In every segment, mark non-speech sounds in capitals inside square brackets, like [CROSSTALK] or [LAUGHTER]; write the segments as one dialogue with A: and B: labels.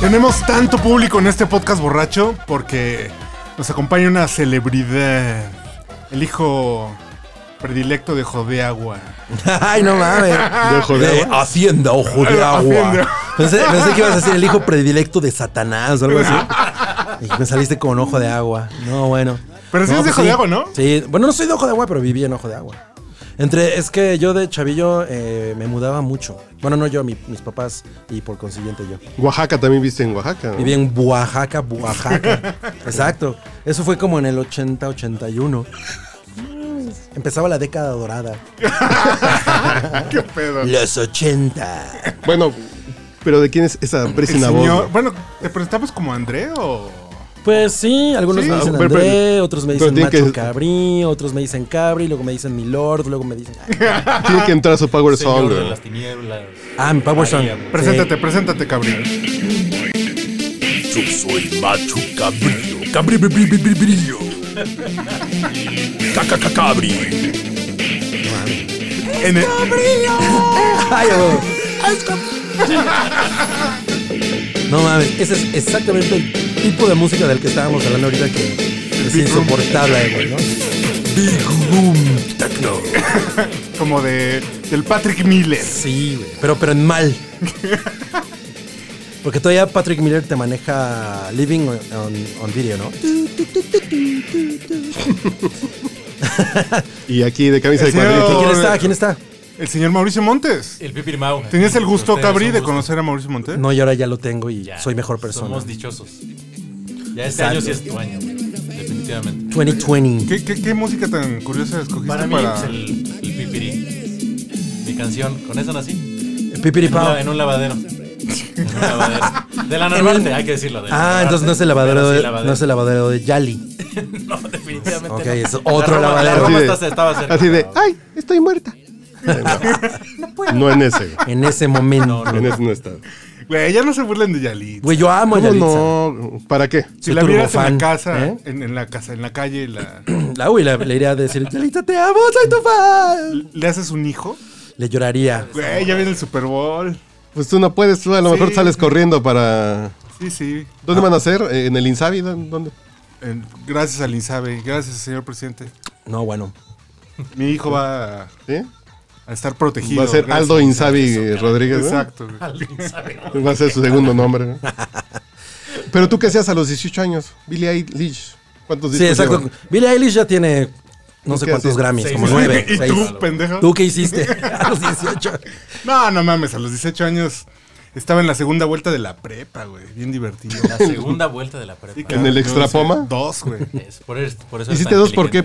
A: Tenemos tanto público en este podcast borracho porque nos acompaña una celebridad. El hijo predilecto de Jodeagua.
B: [LAUGHS] Ay,
A: [LAUGHS]
B: no mames.
C: Dejo de
B: Ah, De
C: agua.
B: Hacienda, ojo de agua.
A: Hacienda.
B: Pensé, pensé que ibas a decir el hijo predilecto de Satanás o algo
A: [LAUGHS]
B: así. Y me saliste con ojo de agua. No, bueno.
A: Pero sí
B: No,
A: es de
B: pues
A: ojo de agua, ¿no?
B: Sí. Bueno, no soy de ojo de agua, pero viví en ojo de agua. Entre, es que yo de chavillo eh, me mudaba mucho. Bueno, no yo, mi- mis papás y por consiguiente yo.
C: Oaxaca también viste en Oaxaca. ¿no?
B: Viví en Oaxaca,
C: [LAUGHS]
B: Oaxaca. Exacto. Eso fue como en el 80, 81. Empezaba la década
C: [LAUGHS]
B: dorada.
A: Qué pedo.
B: Los 80.
C: Bueno, pero ¿de quién es esa
A: El
C: presina
A: señor-
C: voz?
A: Bueno, ¿te presentamos como André o...?
B: Pues sí, algunos
A: Sí,
B: me dicen
C: Ah, pero-
B: André,
C: pero-
B: otros me
C: pero
B: dicen
C: tiene
B: Macho
C: que-
B: Cabrí, otros me dicen Cabri, luego me dicen Milord, luego me
C: [LAUGHS]
B: dicen...
C: Tiene que entrar su Power Song.
D: Señor de
C: ¿no?
D: las tinieblas.
B: Ah, mi Power Song.
D: María,
A: Preséntate, preséntate, cabrón.
E: Yo soy macho cabrillo. Cabri bri- bri- bri- bri- brillo. Caca caca, cabri.
A: En el-
B: Ay, oh. [LAUGHS] No mames, ese es exactamente el tipo de música del que estábamos hablando ahorita que es insoportable, güey, ¿no?
E: Big boom techno.
A: como de... del Patrick Miller.
B: Sí, güey. Pero, pero en mal. Porque todavía Patrick Miller te maneja Living on, on- on Video, ¿no?
C: Y aquí de camisa de
A: El señor-
C: cuadrito.
B: ¿Quién está? ¿Quién está?
A: El señor Mauricio Montes.
D: El Pipir Mau.
A: ¿Tenías el gusto,
D: Ustedes
A: Cabri,
D: son
A: de
D: gusto.
A: conocer a Mauricio Montes?
B: No, yo ahora ya lo tengo y
D: Ya,
B: soy mejor persona.
D: Somos dichosos. Ya este
B: Exacto.
D: año sí es tu año.
A: [LAUGHS]
D: Definitivamente.
B: 2020.
A: ¿Qué, qué, qué música tan curiosa escogiste
D: Para
A: para...?
D: mí pues, el, el Pipirí. Mi canción. Con esa nací.
B: Pipiri
D: En, un la-
B: Pau.
D: en un lavadero. En un lavadero. De la
B: En
D: Narvarte,
B: el-
D: hay que decirlo. de la
B: Ah,
D: Narvarte.
B: entonces no es el lavadero,
D: Pero sí,
B: de, no es el lavadero de Yali.
D: No, [LAUGHS] definitivamente.
B: Ok,
D: no.
B: es
D: La
B: otro
D: Roma-
B: lavadero.
D: La Roma
C: Así de-
D: está- estaba cerca.
C: Así de, ¡ay! Estoy muerta. No en ese. güey.
B: En ese momento.
C: En ese no está.
A: Güey, ya no se burlen de Yalit.
B: Güey, yo amo a
C: ¿Cómo
B: Yalitza.
C: no? ¿Para qué?
A: Si
B: soy
A: la vieras en
B: turbofan,
A: la casa,
B: ¿eh?
A: en, en la casa, en la calle, la-
B: [CLEARS THROAT] La, uy, la- le iría a decir, Yalitza, te amo, soy tu fan.
A: ¿le haces un hijo?
B: Le lloraría.
A: Güey, ya viene el Super Bowl.
C: Pues tú no puedes, tú a lo
A: Sí.
C: mejor sales corriendo para.
A: Sí, sí.
C: ¿Dónde van a hacer? ¿En el Insabi? ¿Dónde?
A: En- gracias al Insabe, gracias, señor presidente.
B: No, bueno.
A: Mi hijo va a,
C: ¿Sí?
A: a estar protegido.
C: Va a ser
A: gracias.
C: Aldo Insabi Rodríguez. ¿no?
A: Exacto. güey.
C: [LAUGHS] Va a ser su segundo nombre. ¿no? Pero tú qué hacías a los 18 años, Billy Eilish. ¿Cuántos
B: Sí,
C: discos
B: exacto.
C: lleva?
B: Billie Eilish ya tiene no sé
C: ¿Qué
B: cuántos
C: hace?
B: Grammys,
D: Seis.
B: como nueve.
A: ¿Y
B: seis.
A: tú, pendejo?
B: ¿Tú qué hiciste [LAUGHS] a los 18?
A: No, no mames, a los 18 años estaba en la segunda vuelta de la prepa, güey. Bien
C: [LAUGHS]
A: divertido.
D: La segunda vuelta de la prepa.
A: Sí,
C: ¿En el extrapoma?
A: Dos, güey.
D: Es por, es- por eso es
C: ¿Hiciste
D: tan
C: dos por qué?
D: inteligente.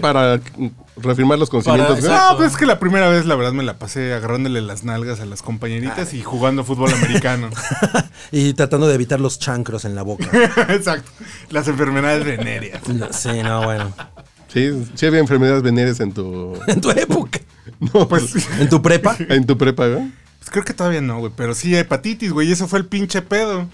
C: Para reafirmar los conocimientos.
D: Para-
C: ¿no?
A: No, pues es que la primera vez, la verdad, me la pasé agarrándole las nalgas a las compañeritas y jugando fútbol americano. [LAUGHS]
B: [LAUGHS] Y tratando de evitar los chancros en la boca.
A: Exacto. Las enfermedades venéreas.
B: No, sí, no, bueno.
C: Sí, sí había enfermedades venéreas en tu.
B: En tu época.
C: No,
A: Pues,
C: pues.
B: En tu prepa.
C: En tu prepa, ¿no?
A: pues creo que todavía no, güey. Pero sí, hepatitis, güey. Y eso fue el pinche pedo.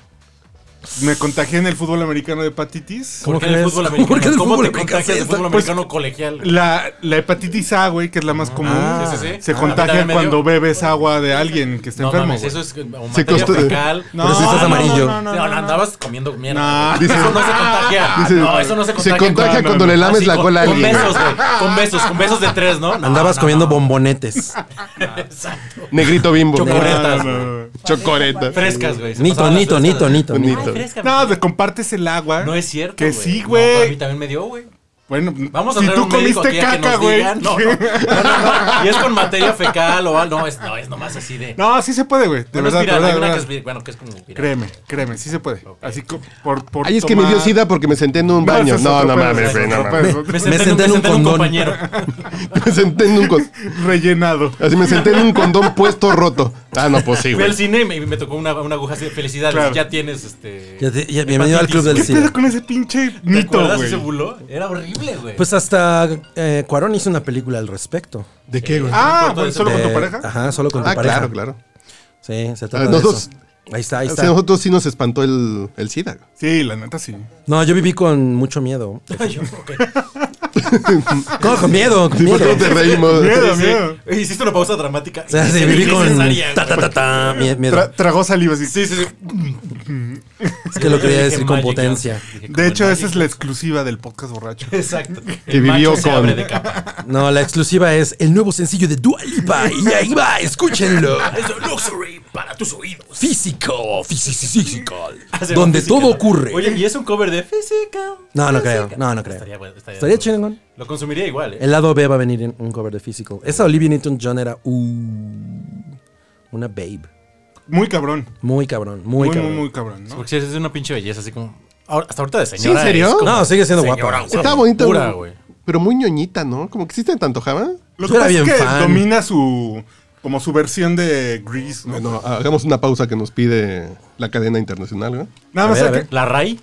A: Me contagié en el fútbol americano de hepatitis.
B: ¿Cómo
D: ¿Por qué del
B: crees?
C: [LAUGHS]
D: fútbol
B: ¿Cómo
D: americano?
B: que del
D: ¿Cómo
B: fútbol
D: te
B: americano?
D: contagias del
B: Pues-
D: fútbol americano colegial?
A: La, la hepatitis A, güey, que es la más común,
B: Ah,
D: sí, sí, sí.
A: se
D: Ah, a mí
A: contagia
D: también me
A: cuando
D: dio.
A: bebes agua de alguien que está
D: No
A: enfermo.
D: mames,
A: güey.
D: eso es o
C: Se
D: materia
C: costa-
D: fecal.
A: No,
B: Por eso estás
A: no, no,
B: amarillo.
A: no,
D: No,
A: no,
D: no,
A: no.
D: andabas comiendo
A: No.
D: mierda. güey. eso no se
A: [LAUGHS]
D: contagia.
C: Dice-
D: no, eso no se
C: Se
D: contagia.
C: contagia
A: con-
C: cuando le lames
D: así,
C: la
D: con-
C: cola a
D: Con
C: alguien.
D: besos, güey. Con besos, con besos de tres, ¿no? No,
B: Andabas
D: no,
B: comiendo
D: no.
B: bombonetes.
D: Exacto.
C: Negrito bimbo.
D: Chocoretas.
A: No, no, no.
C: Chocoreta.
D: Frescas, güey. Se
B: Nito,
D: pasaban las
B: nito, nito,
D: frescas, güey.
B: nito, nito.
C: Bonito.
D: Ay, fresca,
A: No, te compartes el agua.
D: No es cierto.
A: Que sí,
D: No, a mí
A: güey.
D: también me dio, güey.
A: bueno,
D: Vamos a
A: si
D: traer
A: tú
D: un médico
A: comiste
D: aquí a que
A: caca,
D: nos
A: güey.
D: digan.
A: [LAUGHS]
D: No, no, no, no, no. Y es con materia fecal o algo. No, es, no, es nomás así de.
A: No, sí se puede, güey. De
D: Bueno, es
A: verdad, de
D: viral,
A: verdad,
D: hay una
A: de
D: que es
A: verdad.
D: vir- Bueno, que es como viral.
A: Créeme, créeme, sí se puede. Así co- por, por
C: Ay, es que me dio
A: tomar-
C: sida porque me senté en un
A: No,
C: baño.
A: ese es
C: No,
A: otro
C: no
A: pedo,
C: mames,
A: ese
C: güey,
A: es
C: no
A: otro
C: mames.
A: pedo.
D: Me senté, en un-
B: senté en
D: me
B: un
D: senté en un
B: condón.
D: compañero.
C: Me senté en un con-
A: [LAUGHS] Rellenado.
C: Así me senté en un condón puesto roto. Ah, no, pues sí,
D: Fui al
C: güey.
D: cine y me, me tocó una, una aguja así de felicidades.
A: Claro.
D: Ya tienes este.
B: Ya te- ya- bienvenido al club del
A: ¿Qué
B: cine.
A: pedo con ese pinche
D: ¿Te
A: mito,
D: acuerdas
A: güey?
D: ese buló? Era horrible, güey. [LAUGHS]
B: Pues hasta eh, Cuarón hizo una película al respecto.
C: ¿De qué, güey?
A: Ah,
D: Corto
A: bueno,
D: de
A: solo con
B: Eh,
A: tu pareja.
B: Ajá, solo con
C: Ah,
B: tu pareja.
C: claro, claro.
B: Sí, se
C: Ah,
B: trata
C: nosotros-
B: de eso. Ahí está, ahí
C: O
B: está.
C: sea, nosotros sí nos espantó el, el SIDA. güey.
A: Sí, la neta sí.
B: No, yo viví con mucho miedo.
D: Yo, ok.
B: ¿Cómo? Con miedo, con
C: Sí, ¿por qué
B: miedo.
C: no te reímos?
A: Miedo,
D: Sí,
A: miedo.
D: sí. Hiciste una pausa dramática.
B: O sea, sí, viví con
D: Innecesaria,
B: ta, ta, ta, ta, mie- miedo.
A: Tra- tragó saliva así.
D: Sí, sí, sí.
B: Es que lo quería
D: Dije
B: decir con
D: mágica.
B: potencia.
D: Dije
A: De hecho,
D: mágica.
A: esa es la exclusiva del podcast borracho.
D: [LAUGHS] Exacto.
C: Que
D: El
C: vivió
D: macho se
C: con-
D: abre de capa.
B: No, la exclusiva es el nuevo sencillo de Dua Lipa. Y ahí va, escúchenlo.
E: Es de luxury para tus oídos.
B: Físico, físico,
D: [LAUGHS] Hace
B: donde
D: física.
B: todo ocurre.
D: Oye, y es un cover de física.
B: No, no
D: Física.
B: creo, no, no creo.
D: Estaría, bueno, estaría,
B: Estaría chingón.
D: Lo consumiría igual, ¿eh?
B: El lado B va a venir en un cover de Physical. Esa Olivia Newton-John era uh, una babe.
A: Muy cabrón.
B: Muy cabrón, muy,
A: Muy, muy,
B: cabrón.
A: muy cabrón, ¿no?
D: Porque si es de una pinche belleza, así como. ahora- hasta ahorita de señora.
C: ¿Sí, en serio?
D: es como-
B: No, sigue siendo
D: señora,
B: guapa.
D: güey.
C: Estaba bonita,
D: Pura,
C: güey.
D: güey.
C: Pero muy ñoñita, ¿no? Como que sí te te antojaba.
A: Lo
B: Yo
A: que
B: era
A: pasa es
B: bien
A: que
B: fan.
A: domina su. como su versión de Grease, ¿no?
C: Bueno, hagamos una pausa que nos pide la cadena internacional, güey.
A: Nada
B: A
A: más
B: ver, a
A: hay que-
B: ver.
D: La Rai.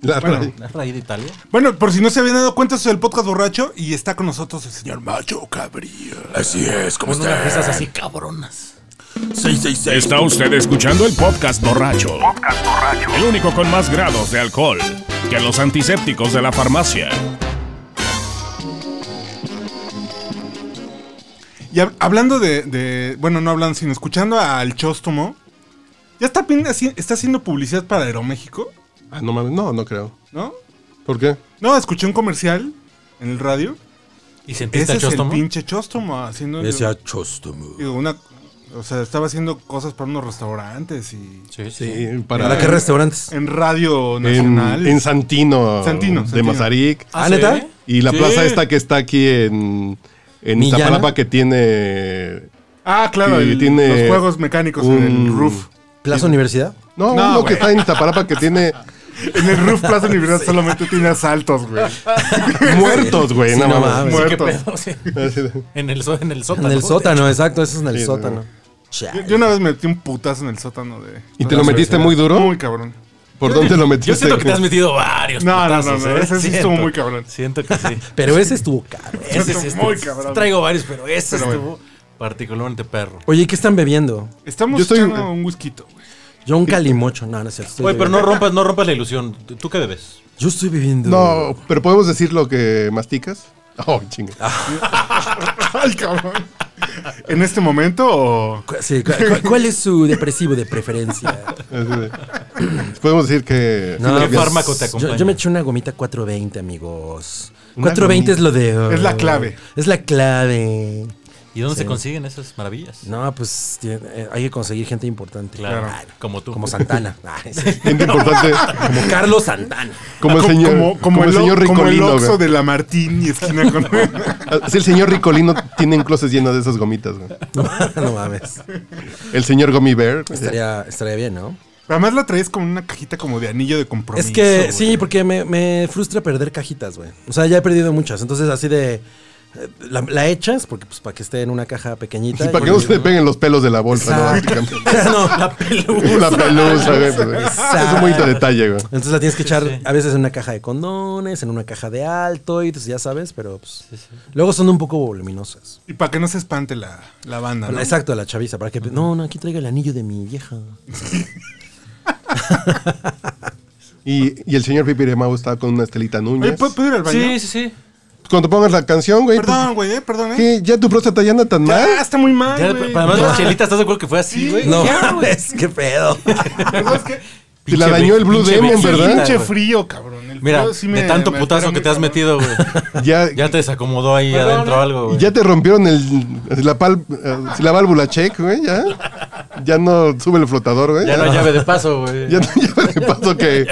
C: La
A: Bueno.
C: Ray.
D: La Rai de Italia.
A: Bueno, por si no se habían dado cuenta, soy el podcast borracho y está con nosotros el señor Macho Cabrillo.
E: Así es, ¿cómo
D: Con unas
E: está?
D: risas así cabronas.
E: 666. Está usted escuchando el podcast borracho. Podcast borracho. El único con más grados de alcohol que los antisépticos de la farmacia.
A: Y hab- hablando de, de- Bueno, no hablando, sino escuchando al Chóstomo. Ya está, pin- haci- está haciendo publicidad para Aeroméxico,
C: Ah, no mames, no, no creo.
A: ¿no?
C: ¿Por qué?
A: No, escuché un comercial en el radio.
D: ¿Y sentiste
A: Ese
D: el
A: es el
D: chóstomo?
A: pinche Chóstomo haciendo.
B: Decía Chostomu.
A: digo, una. O sea, estaba haciendo cosas para unos restaurantes y.
D: Sí, sí.
C: Sí,
B: ¿Para qué restaurantes?
A: En Radio
C: en,
A: Nacional.
C: en Santino,
A: Santino,
C: de
A: Santino.
C: Mazarik.
B: Ah, ¿neta?
D: sí?
C: Y la
A: Sí.
C: plaza esta que está aquí en, en
B: ¿Millana?
C: Iztapalapa que tiene...
A: Ah, claro,
C: Y
A: el-
C: tiene
A: los juegos mecánicos en el
C: un-
A: roof.
B: ¿Plaza Universidad?
C: No,
A: No,
C: uno
A: güey.
C: que está en Iztapalapa que tiene
A: En el roof Plaza
C: [LAUGHS]
A: Universidad solamente tiene asaltos, güey.
C: muertos, güey.
B: Sí,
C: no
B: no
C: mames.
D: Sí, qué
A: muertos.
D: pedo,
A: [LAUGHS]
D: sí. En el, so- en el
B: En
D: sótano.
B: el sótano, exacto, eso es en el
C: Sí,
B: sótano.
C: no.
A: Yo,
B: Chale.
A: yo una vez me metí un putazo en el sótano de.
C: ¿Y te lo metiste muy duro?
A: Muy cabrón.
C: ¿Por dónde lo metiste?
D: Yo siento que te has metido varios.
A: No, no, no,
D: putazos,
A: no,
D: ¿eh?
A: ese sí
D: Siento.
A: estuvo muy cabrón.
D: Siento
A: [LAUGHS]
D: que sí.
B: Pero ese estuvo caro.
D: ese sí
A: Muy
D: estuvo-
A: cabrón.
D: Traigo varios, pero ese
A: Pero bueno.
D: estuvo particularmente perro.
B: Oye, ¿qué están bebiendo?
A: Estamos
C: Yo estoy-
A: echando un whisky, güey.
C: [LAUGHS]
B: Yo un calimocho. No, no es cierto. estoy
D: Oye, pero no
B: bebiendo.
D: rompas, no rompas la ilusión. ¿Tú qué bebes?
B: Yo estoy bebiendo.
C: No,
A: Este,
C: pero ¿podemos decir lo que
A: [LAUGHS]
C: masticas? Oh, chinga.
A: Ay, cabrón. ¿En este momento o.?
B: Cu- sí, cu- cu- ¿Cuál es su depresivo de preferencia?
D: [LAUGHS]
C: Así de- Podemos decir que...
D: ¿Qué
B: pues,
D: fármaco te acompaña?
B: Yo, yo me eché una gomita 420, amigos.
C: Una
B: 420 es lo de hoy.
A: Es la clave.
B: Es la clave.
D: ¿Y dónde
B: Sí.
D: se consiguen esas maravillas?
B: No, pues tiene- eh, hay que conseguir gente importante.
D: Claro,
B: Claro.
D: como tú.
B: Como Santana. [LAUGHS] Ah, sí.
C: Gente importante.
B: Como Carlos Santana. [LAUGHS]
C: Como el
A: Co-
C: señor,
A: Ah, como, como el,
C: señor
A: o- como el
C: Ricolino.
A: Oxxo
C: güey.
A: de la Martín y esquina
C: [LAUGHS]
A: con.
C: Ah, sí, el señor Ricolino tiene un closet lleno de esas gomitas. güey.
B: No, no mames.
C: El señor Gummy Bear. güey.
B: Estaría, estaría bien, ¿no?
A: Además la traes como una cajita como de anillo de compromiso.
B: Es que
A: güey.
B: sí, porque me, me frustra perder cajitas, güey. O sea, ya he perdido muchas. Entonces, así de. eh, La, la echas porque pues para que esté en una caja pequeñita.
C: Sí, para
B: y- "Ah,
C: que no se te peguen los pelos de la bolsa, ¿no? Básicamente.
B: [LAUGHS] No,
C: La pelusa, güey. pues, Es un bonito detalle, güey.
B: Entonces la tienes que echar
D: sí.
B: a veces en una caja de condones, en una caja de alto, y pues, ya sabes, pero pues, luego son un poco voluminosas.
A: Y para que no se espante la, la
C: Ah,
A: banda, ¿no?
B: Exacto, la chaviza, para que no, no, aquí traiga el anillo de mi vieja.
C: Y, y el señor Pipiremao está con una Estelita
A: Oye,
C: Núñez.
A: ¿puedo, puedo ir al baño?
D: Sí, sí, sí.
C: Cuando pongas la canción, güey.
A: pues.
C: pues,
A: Perdón, güey, eh, perdón, eh.
C: ¿Qué? ¿Ya tu próstata ya anda tan
A: Ya,
C: mal?
A: está muy mal,
D: Ya,
A: güey.
D: para además, [LAUGHS] la chelita, ¿estás de acuerdo que fue así, güey?
B: No, [LAUGHS]
D: Ya, Ah, güey.
B: es que pedo.
C: [LAUGHS]
A: [LAUGHS] ¿Sabes qué?
C: Te la
D: Pinche
C: dañó
D: ve-
C: el Blue
D: pinche
C: Demon,
D: vecina,
C: ¿verdad?
A: Pinche
D: güey.
A: frío, cabrón. El
D: Mira,
A: frío sí
D: de
A: me-
D: tanto
A: me altera
D: putazo que
A: muy
D: te has
A: cabrón.
D: metido, güey.
C: Ya,
D: Ya te desacomodó
A: [LAUGHS]
D: ahí
A: Perdón,
D: adentro
A: eh.
D: algo, güey.
C: ya te rompieron el, la, pal- eh, la válvula check, güey. Ya, ya no sube el flotador, güey.
D: Ya
C: Ya,
D: no hay llave de paso, güey.
C: ya no lleva de paso que,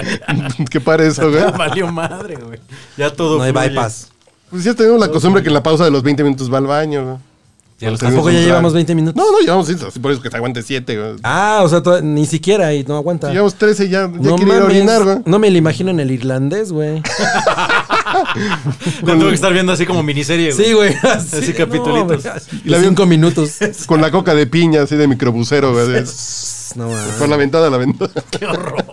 C: que pare eso, güey.
D: Ya [LAUGHS] valió madre, güey. Ya todo.
B: No hay
D: fluye.
B: bypass.
C: Pues ya tenemos la costumbre que en la pausa de los 20 minutos va al baño, güey.
D: Ya los-
C: Tenemos
B: Tampoco ya
C: un
B: llevamos
C: trago.
B: 20 minutos.
C: No, no, llevamos cinco, así por eso que se aguante 7, güey.
B: Ah, o sea, toda- ni siquiera y no aguanta.
C: Llevamos 13 y ya, ya
B: no
C: quiere ir a
B: mames,
C: orinar, güey.
B: No me lo imagino en el irlandés, güey.
D: Lo tuve que estar viendo así como miniserie, güey.
B: Sí, güey. [LAUGHS]
D: Así capitulitos.
B: y la vi cinco [LAUGHS] minutos.
C: Con la coca de piña, así de microbusero, güey. así,
B: No mames.
C: Con la ventana, la ventana.
D: Qué horror.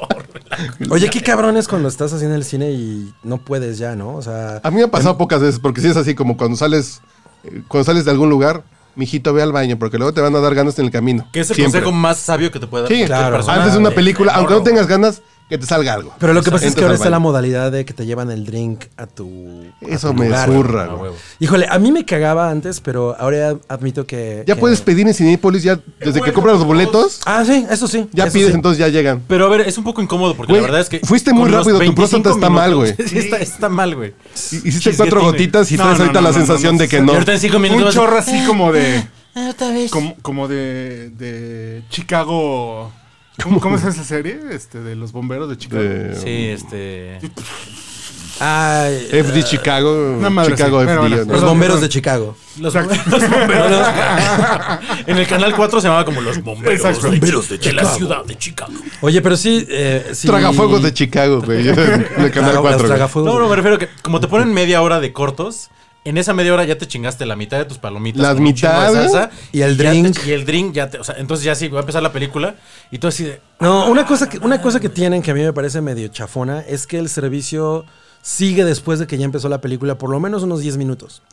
B: Oye, qué cabrón es cuando estás haciendo el cine y no puedes ya, ¿no? O sea,
C: A mí me ha pasado pocas veces, porque si es así como cuando sales, eh, cuando sales de algún lugar, mijito, ve al baño, porque luego te van a dar ganas en el camino.
D: Que es el
C: Siempre.
D: consejo más sabio que te puede dar
C: Sí,
D: cualquier
B: claro.
D: persona,
C: Antes de una
D: güey.
C: película,
D: De
C: aunque no
D: morro,
C: tengas ganas, que te salga algo.
B: pero lo que pasa es que
C: Entras
B: ahora
C: al
B: está la
C: baño.
B: modalidad de que te llevan el drink a tu. a
C: Eso
B: tu
C: me
B: lugar,
C: zurra,
D: güey.
C: güey.
D: Ah,
B: Híjole, a mí me cagaba antes, pero ahora admito que.
C: Ya
B: que-
C: puedes pedir en Cinépolis, ya desde que compras los boletos,
B: Ah, sí, eso sí.
C: ya
B: eso
C: pides,
B: sí.
C: entonces ya llegan.
D: Pero a ver, es un poco incómodo porque
C: Güey,
D: la verdad es que.
C: fuiste muy
D: con los
C: rápido, tu próstata
D: 25
C: está mal, güey.
D: minutos- [LAUGHS] Sí, está, está mal, güey.
C: Hi- Hiciste cuatro
D: Chisguetine.
C: gotitas y
A: No,
C: traes
A: no,
C: ahorita
A: no,
C: la
A: no,
C: sensación
A: no,
C: de
A: no,
C: que
A: no.
C: no.
D: Y ahorita en cinco minutos.
A: Un
D: vas-
A: chorro así como de. Como, como de, de Chicago. ¿Cómo, cómo es esa serie? Este, de los bomberos de Chicago.
C: Eh,
D: Sí, este.
B: Ay,
C: FD Chicago,
A: Una madre
C: Chicago
A: así,
C: FD.
A: pero bueno,
C: ¿no?
B: los
A: perdón,
B: bomberos
A: perdón.
B: de Chicago.
D: Los, los bomberos. [LAUGHS] en el canal 4 se llamaba como los bomberos.
A: Exacto.
D: de, Chi- de la ciudad de Chicago.
B: Oye, pero sí. Eh, sí-
C: Tragafuegos de Chicago, güey. De Canal
B: Traga-
C: 4.
B: los
C: güey.
B: tragafuegos
D: No,
B: de-
D: no, me refiero que como te ponen media hora de cortos, en esa media hora ya te chingaste la mitad de tus palomitas.
C: Las
D: con un chingo de
C: mitades.
D: salsa,
B: Y el
D: ya te-
B: drink.
D: y el drink ya te. O sea, entonces ya sí, va a empezar la película y tú así de.
B: No, una cosa, que, una cosa que tienen que a mí me parece medio chafona es que el servicio sigue después de que ya empezó la película, por lo menos unos 10 minutos.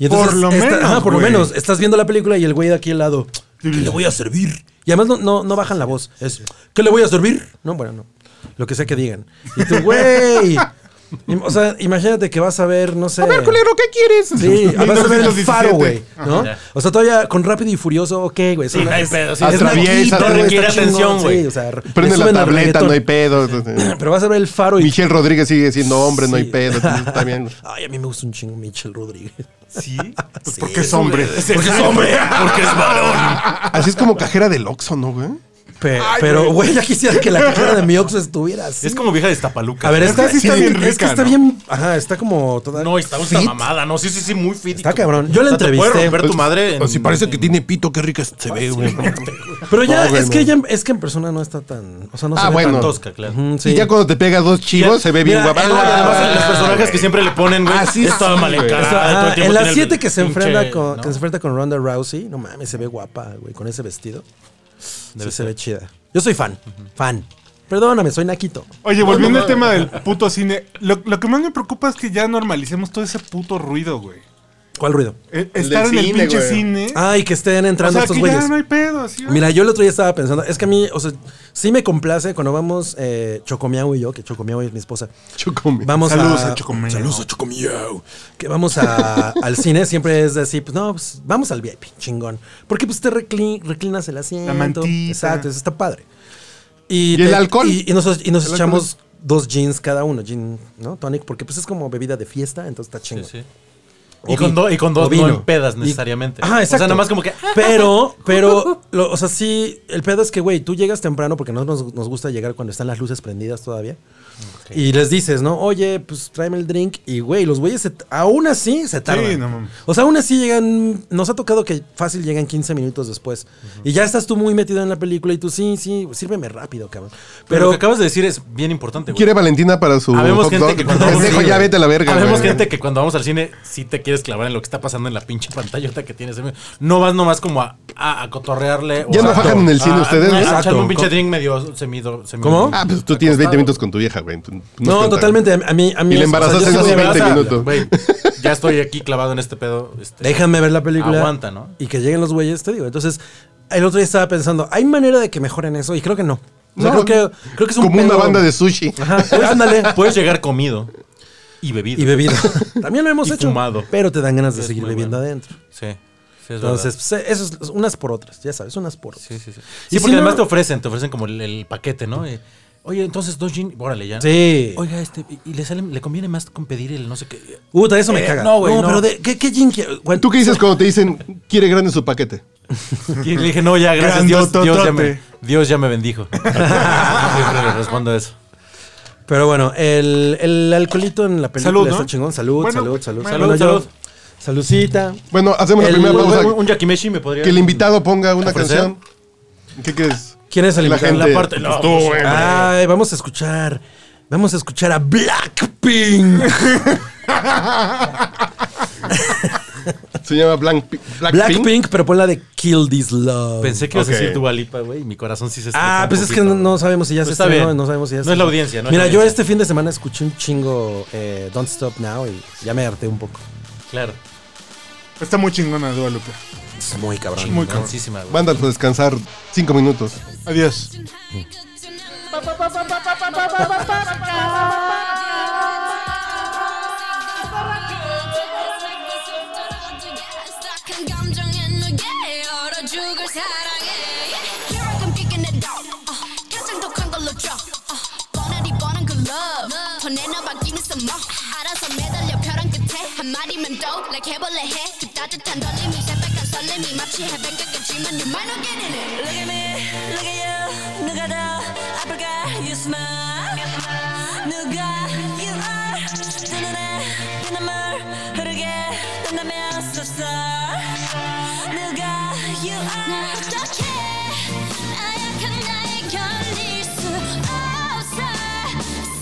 B: Y
A: Por lo
B: esta-
A: menos,
B: ajá, por lo
A: güey.
B: menos. Estás viendo la película y el güey de aquí al lado. ¿Qué le voy a servir? Y además no, no, no bajan la voz. Es, ¿qué le voy a servir? No, bueno, no. Lo que sea que digan. Y tú,
A: [LAUGHS]
B: güey. im- O sea, imagínate que vas a ver, no sé. A ver, culero, ¿qué quieres?
A: [LAUGHS]
B: Sí, vas a ver el
A: 1917.
B: faro, güey. ¿no?
D: Ya.
B: O sea, todavía con rápido y furioso, ok, güey.
D: Sí, no hay pedo, sí,
C: atraviesa,
B: naquito,
C: no
B: güey,
D: requiere
B: está chingón,
D: atención,
B: sí,
D: güey.
B: o sea, le
C: Prende la
B: suben al
C: tableta, no hay
B: reggaetón.
C: pedo.
B: [LAUGHS] Pero vas a ver el faro y.
C: Michelle Rodríguez sigue siendo hombre, no hay
B: Sí.
C: pedo.
B: [LAUGHS]
C: También.
B: Ay, a mí me gusta un chingo Michel Rodríguez. [LAUGHS]
D: Sí.
A: Pues porque es hombre.
D: Porque es hombre. [LAUGHS] Porque es varón.
C: Así es como cajera del Oxxo, ¿no, güey?
B: Pe- pero, güey, ya quisiera que la cajera de mi Oxxo estuviera así.
D: Es como vieja de Estapaluca.
B: a ver,
A: es que
B: esta
A: sí está bien
B: Es que
A: rica,
B: está
A: ¿no?
B: bien. Ajá, está como toda.
D: No, está una
B: fit.
D: mamada, no, sí, sí, sí, muy fit. y
B: Está
D: tú-
B: cabrón. Yo la
D: o sea, te puede
B: entrevisté.
D: romper tu madre. en-
C: Así parece que tiene pito, qué rica se ve, güey.
B: Pero ya,
C: No, güey,
B: es
C: no.
B: que ella, es que en persona no está tan. O sea, no
C: Ah,
B: se ve
C: bueno.
B: tan
D: Tosca, claro.
B: Ujú, sí.
C: Y ya cuando te pegas dos chivos, se ve bien
B: Mira,
C: guapa.
B: en
D: No, y
B: la-
D: además
B: Ah,
D: en los personajes que siempre le ponen, güey.
C: Así
D: es toda
C: sí,
D: mal
C: güey.
B: O sea,
D: encarada, todo el
B: ajá,
D: tiempo
B: Ah, en la
D: tiene el
B: 7 que se
D: pinche-
B: enfrenta con
D: ¿no?
B: que se enfrenta con Ronda Rousey, no mames, se ve guapa, güey, con ese vestido. Sí, se ve chida. Yo soy fan, fan. Perdóname, soy naquito.
A: Oye, volviendo al tema del puto cine, lo, lo que más me preocupa es que ya normalicemos todo ese puto ruido, güey.
B: ¿Cuál ruido?
A: E-
C: El
A: Estar en
C: del
A: el
C: cine,
A: pinche
C: güey.
A: cine.
B: Ay, que estén
A: o
B: Ah, entrando
A: sea,
B: estos
A: que
B: güeyes.
A: ya no hay pedo, así. güey.
B: Mira, yo el otro día estaba pensando, es que a mí, o sea, sí me complace cuando vamos eh, Chocomiao y yo, que Chocomiao es mi esposa.
C: Chocomiao.
B: Vamos
A: Saludos
B: a,
A: a Chocomiao.
B: Saludos a Chocomiao. Que vamos a- [LAUGHS] al cine, siempre es así, pues no, pues, vamos al VIP, chingón. Porque pues te recli- reclinas el asiento.
A: mantita.
B: Exacto, eso está padre. Y,
C: el alcohol?
B: Y, y nos, y nos
C: ¿El
B: echamos dos jeans cada uno, gin, ¿no? Tonic, porque pues es como bebida de fiesta, entonces está
D: Sí,
B: chingón.
D: sí. Y con, do- y con
B: O
D: dos
B: vino.
D: no empedas
B: Y-
D: necesariamente.
B: Ajá, exacto.
D: O sea, nada más como que. ah,
B: Pero, pero, lo- o sea, sí, el pedo es que, güey, tú llegas temprano porque no nos, nos gusta llegar cuando están las luces prendidas todavía. Y les dices, ¿no? Oye, pues tráeme el drink. Y, güey, los güeyes se- aún así se tardan.
A: no mames.
B: o sea, aún así llegan. Nos ha tocado que fácil llegan 15 minutos después. Y ya estás tú muy metido en la película y tú, sí, sí, sírveme rápido, cabrón.
D: Pero lo
B: Pero,
D: que acabas de decir es bien importante, güey.
C: Quiere Valentina para su
D: Habemos
C: hot
D: gente
C: dog.
D: que cuando vamos
C: Pendejo,
D: al
C: ya
D: cine-
C: vete a la verga,
D: Habemos
C: güey.
D: gente que cuando vamos al cine sí te quieres clavar en lo que está pasando en la pinche pantallota que tienes. No vas nomás como a, a, a cotorrearle. o
C: Ya no
D: a-
C: bajan en el cine
D: a-
C: ustedes,
D: a
C: ¿no?
D: echarle
B: Ah, Exacto.
D: un pinche drink medio semido. semi-
B: ¿Cómo?
C: Ah, pues tú tienes 20 minutos con tu vieja, güey. Tú- no
B: no,
C: cuenta.
B: totalmente. A mí, a mí.
C: Y
B: es- o sea, yo
C: la
B: sí
C: embarazaste en
B: voy a
C: esos
B: ver-
C: 20
D: Embaraza,
C: minutos.
D: güey, ya estoy aquí clavado en este pedo. este,
B: Déjame ver la película.
D: Aguanta, ¿no?
B: Y que lleguen los güeyes, te digo. Entonces, el otro día estaba pensando, ¿hay manera de que mejoren eso? Y creo que no. O sea,
C: No,
B: creo, que, creo que es un
C: Como una
B: pedo-
C: banda de sushi.
B: Ajá,
C: [LAUGHS]
B: pues,
D: [LAUGHS]
B: ándale.
D: Puedes llegar comido y bebido.
B: Y
D: [LAUGHS]
B: bebido. También lo hemos
D: Y
B: hecho.
D: fumado.
B: Pero te dan ganas de
D: Es
B: seguir
D: muy
B: bebiendo
D: bueno.
B: adentro.
D: Sí. sí es
B: Entonces,
D: verdad.
B: pues, eso es unas por otras, ya sabes, unas por otras.
D: Sí, sí, sí.
B: Y
D: Sí,
B: si
D: porque además
B: no-
D: te ofrecen, te ofrecen como el, el paquete, ¿no? Eh, Oye, entonces dos gin, órale ya.
B: Sí.
D: Oiga, este, y- y le, sale, le conviene más con pedir el no sé qué.
B: Puta, eso me
D: Eh,
B: caga.
D: no, güey, no.
B: pero de, ¿qué, qué gin quieres? Güey,
C: ¿Tú qué dices cuando te dicen quiere grande su paquete?
D: Y le dije, no, ya, gracias. Dios, Dios, ya me,
A: Grandototote.
D: Dios ya me bendijo. Siempre le respondo eso.
B: Pero bueno, el, el alcoholito en la película
A: Salud, ¿no?
B: está chingón. Salud,
A: Bueno,
B: salud, salud.
A: bueno,
B: Bueno, yo-
D: salud.
B: Saludcita.
C: Bueno, hacemos
B: El-
C: la primera
D: Un,
C: pausa.
D: un yakimeshi me podría.
C: Que el invitado ponga una
D: ¿Ofrecer?
C: canción. ¿Qué quieres?
B: ¿Quién es el
C: La
B: invitado?
C: gente.
D: La parte. No,
E: Tú, güey.
D: pues, [LAUGHS]
B: Ay, vamos a escuchar. Vamos a escuchar a Blackpink
C: Se llama Blanc, Pi- Black
B: Blackpink,
C: Pink.
B: pero pon la de Kill This Love.
D: Pensé que ibas
A: Ok.
D: a decir Dualipa, güey, y mi corazón sí se
B: ah,
D: estrechó
B: pues
D: un
B: es que no,
D: poquito.
B: no sabemos si ya
D: Pero
B: se
D: está
B: estrenó,
D: bien.
B: no sabemos si ya
D: No
B: se
D: es la
B: estrenó.
D: audiencia, no es
B: Mira,
D: la
B: yo
D: audiencia.
B: este fin de semana escuché un chingo eh, Don't Stop Now y ya me harté un poco.
D: Claro.
A: Está muy chingona Dua Lupa.
B: Es muy cabrón.
A: Muy cabrón.
D: Cansísima, güey.
C: Vándalo a descansar cinco minutos.
A: Adiós.
F: 죽을 사랑해 Here I come kicking it down uh, 결정도 큰 걸로 줘 uh, 뻔하디 뻔한 그 love 더 내놔봐기는 some more 알아서 매달려 벼랑 끝에 한 마리만 더 like 해볼래 해 그 따뜻한 떨림이 새빨간 설렘이 마치 해변가겠지만 you might not get in it
G: Look at me, look at you. 누가 더 아플까? You smile. 누가 you are. 내 눈에 눈물 흐르게 된다면 속설. 누가 you are.
F: 날 어떻게 나약한 나의 견딜 수 없어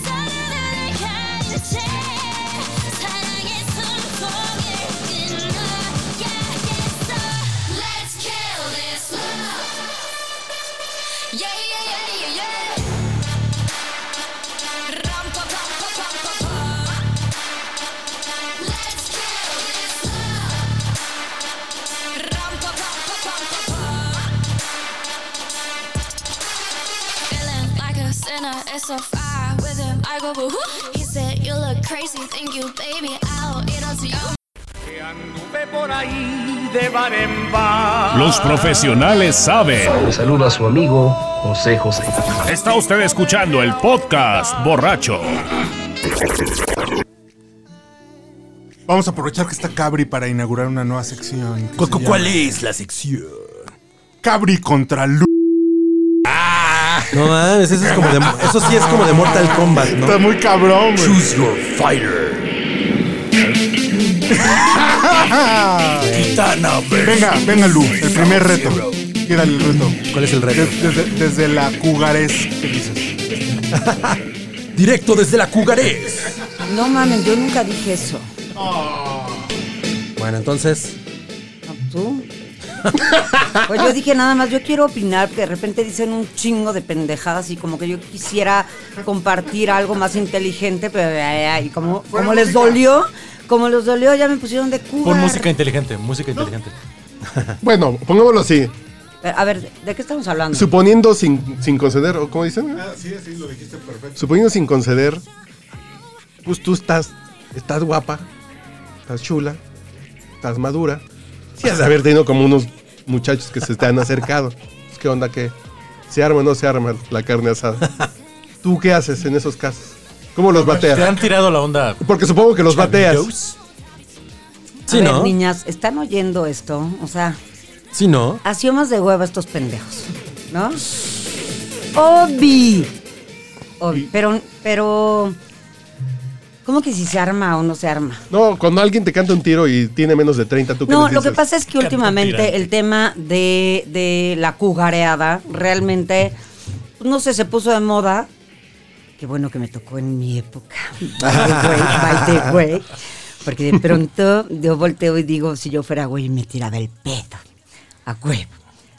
F: 사랑을 가득채 사랑의 손목을 끊어야겠어 Let's kill this love Yeah yeah yeah yeah yeah 람파파파파파파 Let's kill this love Feeling like a sinner, it's a fire with him. I go, but who? He said, You look crazy, thank you, baby. I'll eat up to you.
E: Los profesionales saben.
H: Le saluda a su amigo José José.
E: Está usted escuchando el podcast borracho.
A: Vamos a aprovechar que está Cabri para inaugurar una nueva sección. que se llama
B: ¿Cuál es la sección?
A: Cabri contra Lu.
B: No mames, eso, es como de, eso sí es como de Mortal Kombat, ¿no?
A: Está muy cabrón, güey.
B: Choose your
A: [LAUGHS]
B: fighter. Titana
A: Venga, venga Lu, el primer reto. Tírale el reto.
B: ¿Cuál es el reto?
A: De- Desde, desde la cugarez, ¿qué dices?
B: Directo desde la Cugarés.
I: No mames, yo nunca dije eso.
B: Bueno, entonces,
I: No, ¿Tú? Pues yo dije nada más, yo quiero opinar, porque de repente dicen un chingo de pendejadas y como que yo quisiera compartir algo más inteligente, pero ay, y como, como les dolió, como les dolió, ya me pusieron de cuba.
D: Pon música inteligente, música inteligente.
C: Bueno, pongámoslo así.
I: Eh, A ver, ¿de qué estamos hablando?
C: Suponiendo sin, sin conceder, o como dicen,
A: Ah, Sí, sí, lo dijiste perfecto.
C: suponiendo sin conceder, pues tú estás, estás guapa, estás chula, estás madura. Si has de haber tenido como unos muchachos que se te han acercado. Pues, ¿Qué onda que se arma o no se arma la carne asada? ¿Tú qué haces en esos casos? ¿Cómo los
D: Te
C: bateas?
D: han tirado la onda.
C: Porque supongo que los bateas.
I: A
B: sí,
I: ver,
B: ¿no?
I: niñas, ¿están oyendo esto? O sea,
B: sí, ¿no?
I: más de hueva estos pendejos, ¿no? Obi. Obi. Pero, pero, ¿cómo que si se arma o no se arma?
C: No, cuando alguien te canta un tiro y tiene menos de 30, ¿tú qué
I: No,
C: les
I: lo que
C: dices?
I: pasa es que últimamente el tema de, de la cugareada realmente, no sé, se puso de moda. Qué bueno que me tocó en mi época. By the way, by the way. Porque de pronto yo volteo y digo, si yo fuera güey, me tiraba el pedo. A huevo.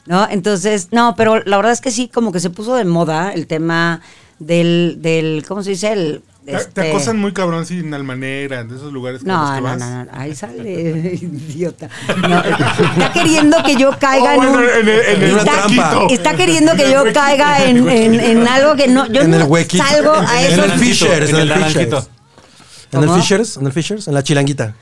I: ¿No? Entonces, no, pero la verdad es que sí, como que se puso de moda el tema del, del ¿cómo se dice? El,
A: Te, te
I: este-
A: acosan muy cabrón sin almanera, de esos lugares que los
I: no,
A: que
I: no,
A: vas.
I: no, no,
A: [LAUGHS]
I: ahí sale, idiota. No, está queriendo que yo caiga
A: Oh,
I: en,
A: bueno,
I: un-
A: en el- en
B: el
A: huequito.
I: Está queriendo
A: En
I: que
A: el
I: yo
A: huequito.
I: caiga en, en- en algo que no. Yo
B: En
I: no
B: el huequito.
I: salgo a
B: En
I: Ah, eso.
B: el Fishers, en el Fishers. ¿En el
I: ¿Cómo?
B: Fishers? ¿En el Fishers? ¿En la chilanguita?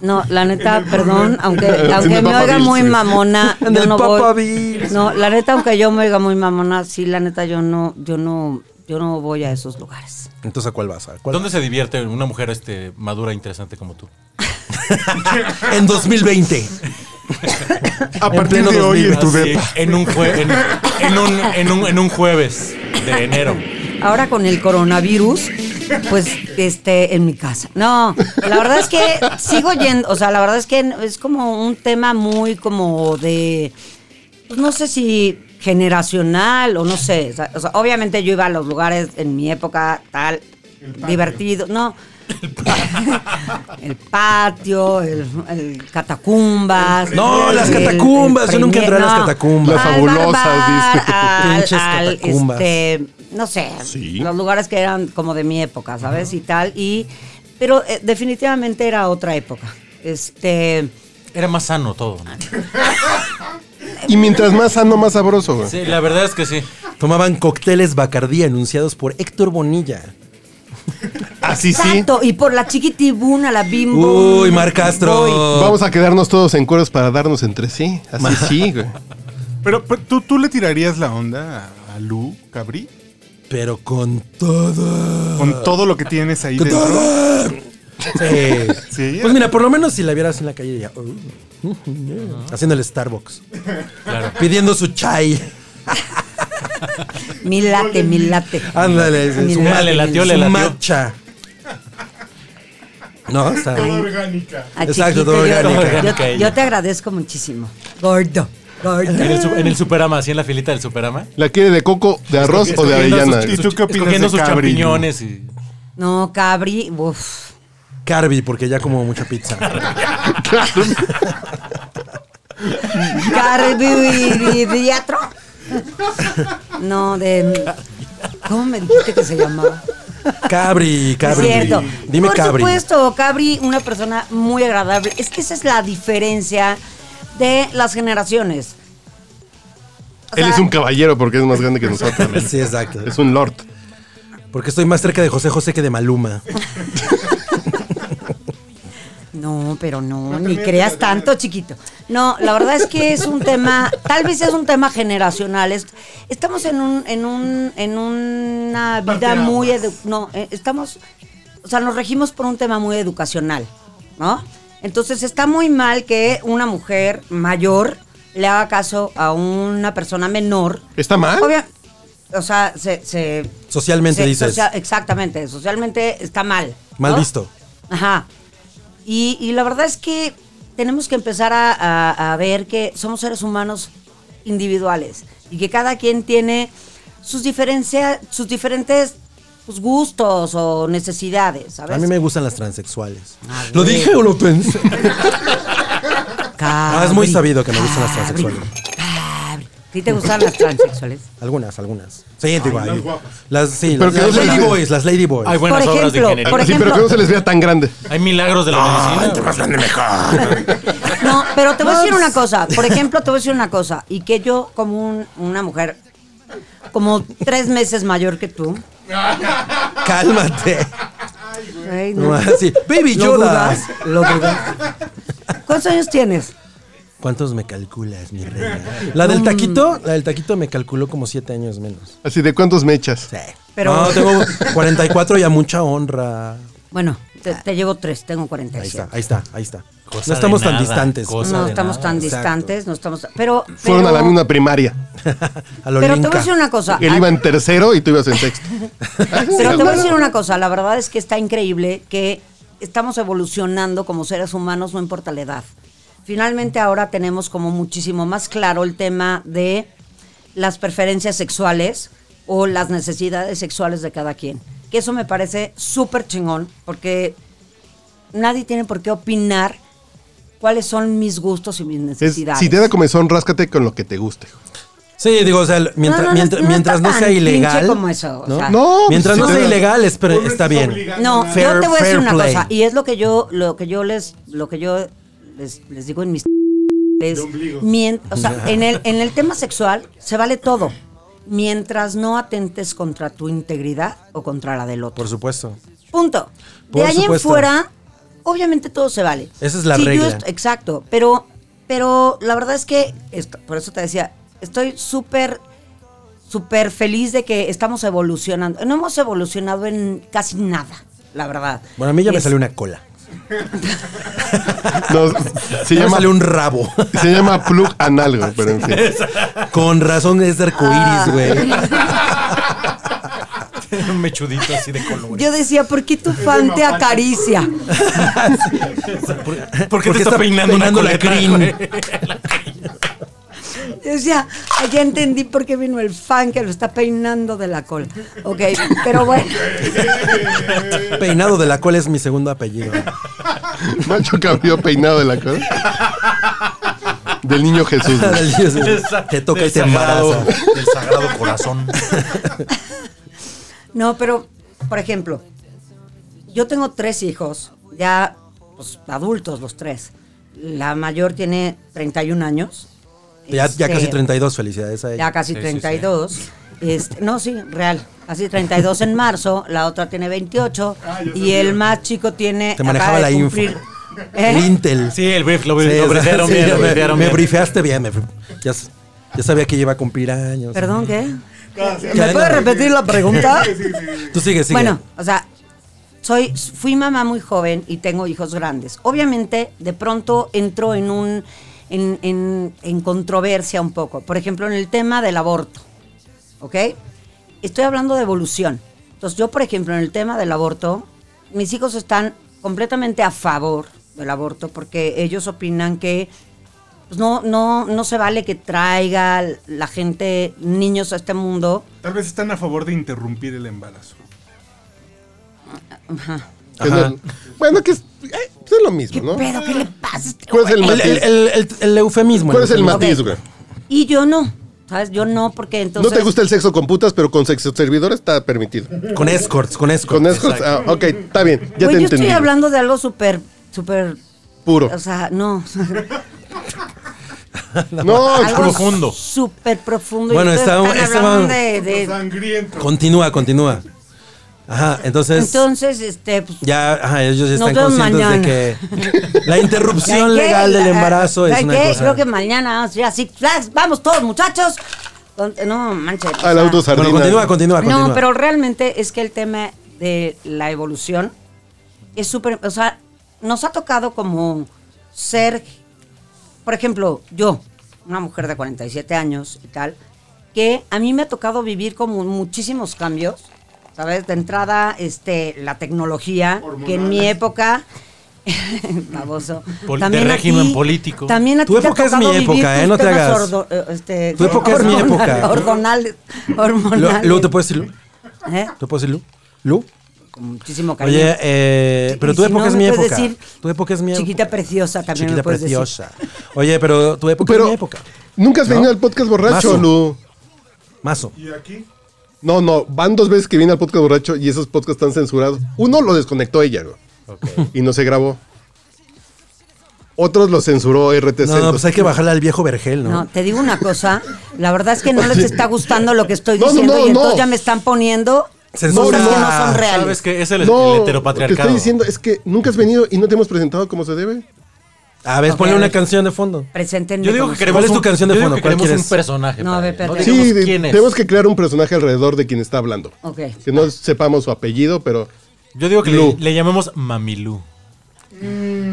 I: No, la neta, perdón, aunque,
C: En el
I: aunque me
C: Papa
I: oiga
C: Bill,
I: muy
C: sí.
I: mamona,
B: En
I: yo
B: el
I: no
B: Papa
I: voy.
B: Bill.
I: No, la neta, aunque yo me oiga muy mamona, sí, la neta, yo no, yo no, yo no voy a esos lugares.
B: Entonces, ¿a cuál vas? ¿A cuál?
D: ¿Dónde se divierte una mujer este, madura e interesante como tú?
B: En 2020.
A: A partir
B: pleno
A: de hoy en tu
B: 2000,
D: Así,
A: depa.
D: en, un jue- en, en un, en, un, en un jueves de enero.
I: ahora con el coronavirus, pues este, en mi casa. No, la verdad es que sigo yendo, o sea, la verdad es que es como un tema muy como de, pues, no sé si generacional o no sé, o sea, o sea, obviamente yo iba a los lugares en mi época tal, divertido, no. [LAUGHS] el patio, el, el catacumbas.
B: No, las catacumbas, yo nunca entré a las catacumbas.
C: Las fabulosas, dice.
I: dice.
B: Pinches
I: Al,
B: catacumbas.
I: este, no sé,
E: Sí.
I: los lugares que eran como de mi época, ¿sabes? Y tal. Y, pero eh, definitivamente era otra época. Este,
D: Era más sano todo. ¿no?
C: Y mientras más sano, más sabroso, güey.
D: Sí, la verdad es que sí.
B: Tomaban cócteles Bacardí anunciados por Héctor Bonilla.
C: Así sí.
I: exacto. Y por la chiquitibuna, la bimbo.
B: Uy, Mar Castro.
C: Vamos a quedarnos todos en cueros para darnos entre sí. Así sí, güey.
A: Pero, pero, ¿tú, ¿tú le tirarías la onda a- a Lu Cabri?
B: Pero con todo.
A: Con todo lo que tienes ahí
B: Ah. Con
A: dentro.
B: todo. Sí.
A: Sí.
B: Pues mira, por lo menos si la vieras en la calle, ya. haciendo el Starbucks. Pidiendo su chai.
I: Mi late, mi late.
B: Ándale,
I: Mi
B: su
I: late,
D: Ah, le
I: mi
D: latió,
I: late.
D: le
B: su
D: latió.
B: matcha. No, está.
A: orgánica.
I: Ah,
B: Exacto,
I: chiquito,
B: todo
I: yo-
B: orgánico.
I: yo, yo, te agradezco muchísimo. Gordo, gordo.
D: En el, su- en el Superama, así en la filita del Superama.
C: ¿La quiere de coco, de arroz o de avellana?
A: sus-
C: güey?
A: ¿Y tú qué opinas
D: Escogiendo
A: de
D: sus
A: Cabri?
D: champiñones y...
I: No, Cabri, uff.
B: Carby, porque ya como mucha pizza.
I: Carbi diatro. No, de. ¿Cómo me dijiste que se llamaba?
B: Cabri, Cabri.
I: Es cierto.
B: Dime
I: Por
B: Cabri.
I: supuesto, Cabri, una persona muy agradable. Es que esa es la diferencia de las generaciones. O
C: Él
I: sea,
C: es un caballero porque es más grande que nosotros.
B: [LAUGHS]
C: güey.
B: [LAUGHS] Sí, exacto.
C: Es un lord.
B: Porque estoy más cerca de José José que de Maluma.
I: No, pero no, ni creas tanto, chiquito. No, la verdad es que es un tema, tal vez es un tema generacional. Es- Estamos en un, en un, en una vida muy edu- no, eh, estamos, o sea, nos regimos por un tema muy educacional, ¿no? Entonces está muy mal que una mujer mayor le haga caso a una persona menor.
C: ¿Está mal?
I: Obvia- o sea, se, se-
B: Socialmente
I: se-
B: dices.
I: socia- exactamente, socialmente está mal.
B: Mal
I: ¿no?
B: visto.
I: Ajá. Y, y la verdad es que tenemos que empezar a, a- a ver que somos seres humanos individuales y que cada quien tiene sus, diferencia, sus diferentes pues, gustos o necesidades, ¿sabes?
B: A mí me gustan las transexuales.
I: Ah,
B: ¿Lo
I: güey.
B: dije o lo pensé? [LAUGHS]
I: Cabri,
B: Ah, es muy sabido que me gustan las
I: cabri,
B: transexuales.
I: cabri. ¿Sí te gustan las transexuales?
B: Algunas, algunas. Sí, digo, ahí.
A: guapas.
B: Las, sí,
C: Pero
B: las,
C: que
B: las
C: no se
B: Lady
C: la-
B: Boys, las Lady Boys.
D: Hay buenas
I: Por
D: obras de
I: ejemplo,
D: ingeniería.
I: por
C: Sí, pero
I: ejemplo-
C: que no se les vea tan grande.
D: Hay milagros de la medicina.
I: No, pero te voy a decir una cosa. Por ejemplo, te voy a decir una cosa. Y que yo, como un- una mujer, como tres meses mayor que tú. [LAUGHS]
B: Cálmate.
I: ay,
B: No, así, Baby
I: Lo
B: Yoda.
I: dudas, lo dudas. ¿Cuántos años tienes?
B: ¿Cuántos me calculas, mi reina? La
I: Mm.
B: del taquito, la del taquito me calculó como siete años menos.
C: Así de cuántos me echas.
B: Sí.
I: Pero-
B: No,
I: [LAUGHS]
B: tengo 44 y a mucha honra.
I: Bueno, te, te llevo tres, tengo
B: Ahí
I: 47.
B: está, ahí está, ahí está.
D: Cosa
B: no estamos
D: de
B: tan
D: nada,
B: distantes.
D: cosa
I: No
D: de
I: estamos
D: nada.
I: tan
B: Exacto.
I: distantes, no estamos. Pero,
C: Fueron
I: pero-
C: a la misma primaria.
B: [LAUGHS] A lo
I: Pero te voy a
B: Lenca.
I: decir una cosa.
C: Él
I: a-
C: iba en tercero y tú ibas en sexto.
I: ah, [LAUGHS] Pero te voy a decir una cosa, la verdad es que está increíble que estamos evolucionando como seres humanos, no importa la edad. Finalmente ahora tenemos como muchísimo más claro el tema de las preferencias sexuales o las necesidades sexuales de cada quien. Que eso me parece súper chingón, porque nadie tiene por qué opinar cuáles son mis gustos y mis
C: Es,
I: necesidades.
C: si te da comezón, ráscate con lo que te guste.
B: Sí, digo, o sea, mientras no, mientras, mientras no
I: está
B: sea
I: tan
B: ilegal.
I: pinche como eso, o
B: ¿no?
I: sea.
C: No, pues,
B: mientras
C: si
B: no
C: te
B: sea
C: da-
B: ilegal, es- pero está
A: estás
B: bien.
A: obligando.
I: No,
B: Fair-
I: yo te voy a decir
B: fair
I: una
B: play.
I: cosa, y es lo que yo, lo que yo les, lo que yo les, les digo en mis es, mien-
B: [LAUGHS]
I: o sea, en el, en el tema sexual se vale todo. Mientras no atentes contra tu integridad o contra la del otro.
B: Por supuesto.
I: Punto.
B: Por
I: de ahí
B: supuesto.
I: en fuera, obviamente todo se vale.
B: Esa es la
I: Si yo
B: regla.
I: est- exacto. Pero, pero la verdad es que, esto- por eso te decía, estoy súper, súper feliz de que estamos evolucionando. No hemos evolucionado en casi nada, la verdad.
B: Bueno, a mí ya me
I: Es-
B: salió una
D: [LAUGHS]
B: cola.
I: [LAUGHS]
C: No, se,
B: Ya me
C: llama,
B: salió un
D: [LAUGHS]
B: rabo.
C: se llama plug anal, güey, pero en fin.
B: Con razón [LAUGHS]
D: [LAUGHS]
B: es de
I: Ah.
B: arcoíris,
I: [LAUGHS]
B: güey.
D: Un mechudito así de color. [LAUGHS]
I: Yo decía, ¿por qué tu fan te acaricia?
D: ¿Por qué te está peinando una coleta,
B: crin?
D: güey?
I: Yo decía, "Ah, ya entendí por qué vino el fan que lo está peinando de la cola. Ok, pero bueno.
B: Peinado de la cual es mi segundo apellido.
C: [LAUGHS] Nacho cambió peinado de la cola. Del niño Jesús. güey.
B: Del Dios. Te toca y te embaraza.
D: El sagrado corazón.
I: No, pero, por ejemplo, yo tengo tres hijos, ya pues, adultos los tres. La mayor tiene 31 años.
B: Ya, ya
I: Este,
B: casi 32, felicidades a
I: Ya
B: ella.
D: Sí,
I: casi
D: sí, sí.
I: 32. Este, no, sí, real. Casi 32 en marzo, la otra tiene 28 y el más chico tiene...
B: Te manejaba
I: acaba de
B: la info.
I: cumplir- ¿Eh?
B: El Intel.
D: [LAUGHS] Sí, el brief, lo,
B: Sí,
D: brief, lo
B: o sea,
D: brifearon
B: sí,
D: Pues bien, lo
B: me,
D: brifearon
B: me
D: bien.
B: brifeaste bien. me bri- ya, s- ya sabía que iba a cumplir años.
I: Perdón, ¿qué?
B: Ya,
I: ¿Me
B: ya,
I: puedes
B: ya.
I: repetir la pregunta?
B: Tú sigue, sigue.
I: Bueno, o sea, soy, fui mamá muy joven y tengo hijos grandes. Obviamente, de pronto entro en un en, en- en controversia un poco. Por ejemplo, en el tema del aborto. ¿Ok? Estoy hablando de evolución. Entonces, yo, por ejemplo, en el tema del aborto, mis hijos están completamente a favor del aborto porque ellos opinan que pues, no, no, no se vale que traiga la gente, niños a este mundo.
A: Tal vez están a favor de interrumpir el embarazo.
C: Que no- Bueno, que es, eh, pues es lo mismo,
I: ¿Qué
C: ¿no?
I: pedo? ¿Qué le pasa? a este
C: ¿Cuál es el
B: el,
C: matiz?
B: el- el- el- el eufemismo.
C: ¿Cuál es el
B: eufemismo.
C: matiz,
I: Ok.
C: güey?
I: Y yo no, ¿sabes? Yo no, porque entonces...
C: no te gusta el sexo con putas, pero con sexo servidor está permitido.
B: Con escorts, con escorts.
C: Con eso, ah, ok, está bien, ya
I: Güey,
C: te
I: yo
C: entendí.
I: estoy hablando de algo súper, súper...
C: Puro.
I: O sea, no.
C: No,
I: [LAUGHS] algo
D: profundo.
I: Súper profundo.
B: Bueno,
I: Y ustedes
B: estaba-
I: están
B: estaba-
I: hablando de-
C: Pues,
I: de-
A: Sangriento.
B: Continúa, continúa. Ajá,
C: pues,
B: entonces.
I: Entonces, este... pues,
B: ya, ajá, ellos ya
I: Nos
B: están
I: vemos
B: conscientes
I: mañana.
B: de que la interrupción
I: ¿saben qué? Ah,
B: legal del embarazo es
I: ¿saben
B: una
I: qué?
B: cosa.
I: Creo que mañana vamos a ir a Six Flags. ¡Vamos todos, muchachos! Don- No, manches. o
C: al
I: sea,
C: Ah, auto sardina.
B: Bueno, continúa, continúa, continúa.
I: No, pero realmente es que el tema de la evolución es súper, o sea, nos ha tocado como ser, por ejemplo, yo, una mujer de 47 años y tal, que a mí me ha tocado vivir como muchísimos cambios, ¿sabes? De entrada, este, la tecnología, que en mi época... [LAUGHS] Baboso.
D: Pol-
I: También
D: de
I: a
D: régimen
I: ti-
D: político.
I: También a
B: Tu
I: ti te ha
B: época es
I: tocado
B: mi
I: vivir
B: época,
I: tus
B: ¿eh? No te
I: temas
B: hagas.
I: ordo- eh, este,
B: Tu época es mi
I: [LAUGHS]
B: época.
I: Hormonales. hormonales.
B: Lu- Lu, ¿te puedes decir Lu?
I: ¿Eh?
B: ¿Te puedo decir Lu? ¿Lu?
I: Con muchísimo cariño.
B: Oye, eh, pero
I: Y
B: tu
I: si
B: época
I: no,
B: es
I: me
B: mi
I: puedes
B: época.
I: decir
B: tu época es mi época.
I: chiquita preciosa también me
B: Chiquita
I: puedes decir.
B: preciosa. Oye, pero tu época es
C: Pero
B: mi época.
C: nunca has
B: ¿No?
C: venido al podcast borracho,
B: Mazo.
C: Lu.
B: Mazo.
A: ¿Y aquí?
C: No, no, van dos veces que viene al podcast borracho y esos podcasts están censurados. Uno lo desconectó ella, güey. Y no se grabó. Otros lo censuró RTC.
B: No, pues hay que bajarle al viejo vergel, ¿no?
I: No, te digo una cosa, la verdad es que no les está gustando lo que estoy
C: No, no,
I: diciendo
C: no,
I: y entonces
C: no.
I: ya me están poniendo
B: Censura.
I: cosas que no son reales.
D: ¿Sabes qué? Es el,
C: No,
D: el
C: Lo que
D: heteropatriarcado.
C: estoy diciendo es que nunca has venido y no te hemos presentado como se debe.
B: A ver,
I: Ok,
B: ponle
I: a
B: una
I: ver.
B: canción de fondo.
I: Preséntenme
D: Yo digo
I: como
D: que
I: son.
D: queremos
B: ¿Cuál es tu
D: un-
B: canción de
D: yo digo
B: fondo?
D: que
B: ¿Cuál
D: queremos
B: quieres?
D: un personaje.
I: No,
D: para
I: ve,
D: él.
I: espérate.
D: digamos
C: Sí, de-
D: quién es.
C: tenemos que crear un personaje alrededor de quien está hablando.
I: Ok.
C: Que no sepamos su apellido, pero
D: Yo digo que
C: Lu.
D: le, le llamemos Mamilú.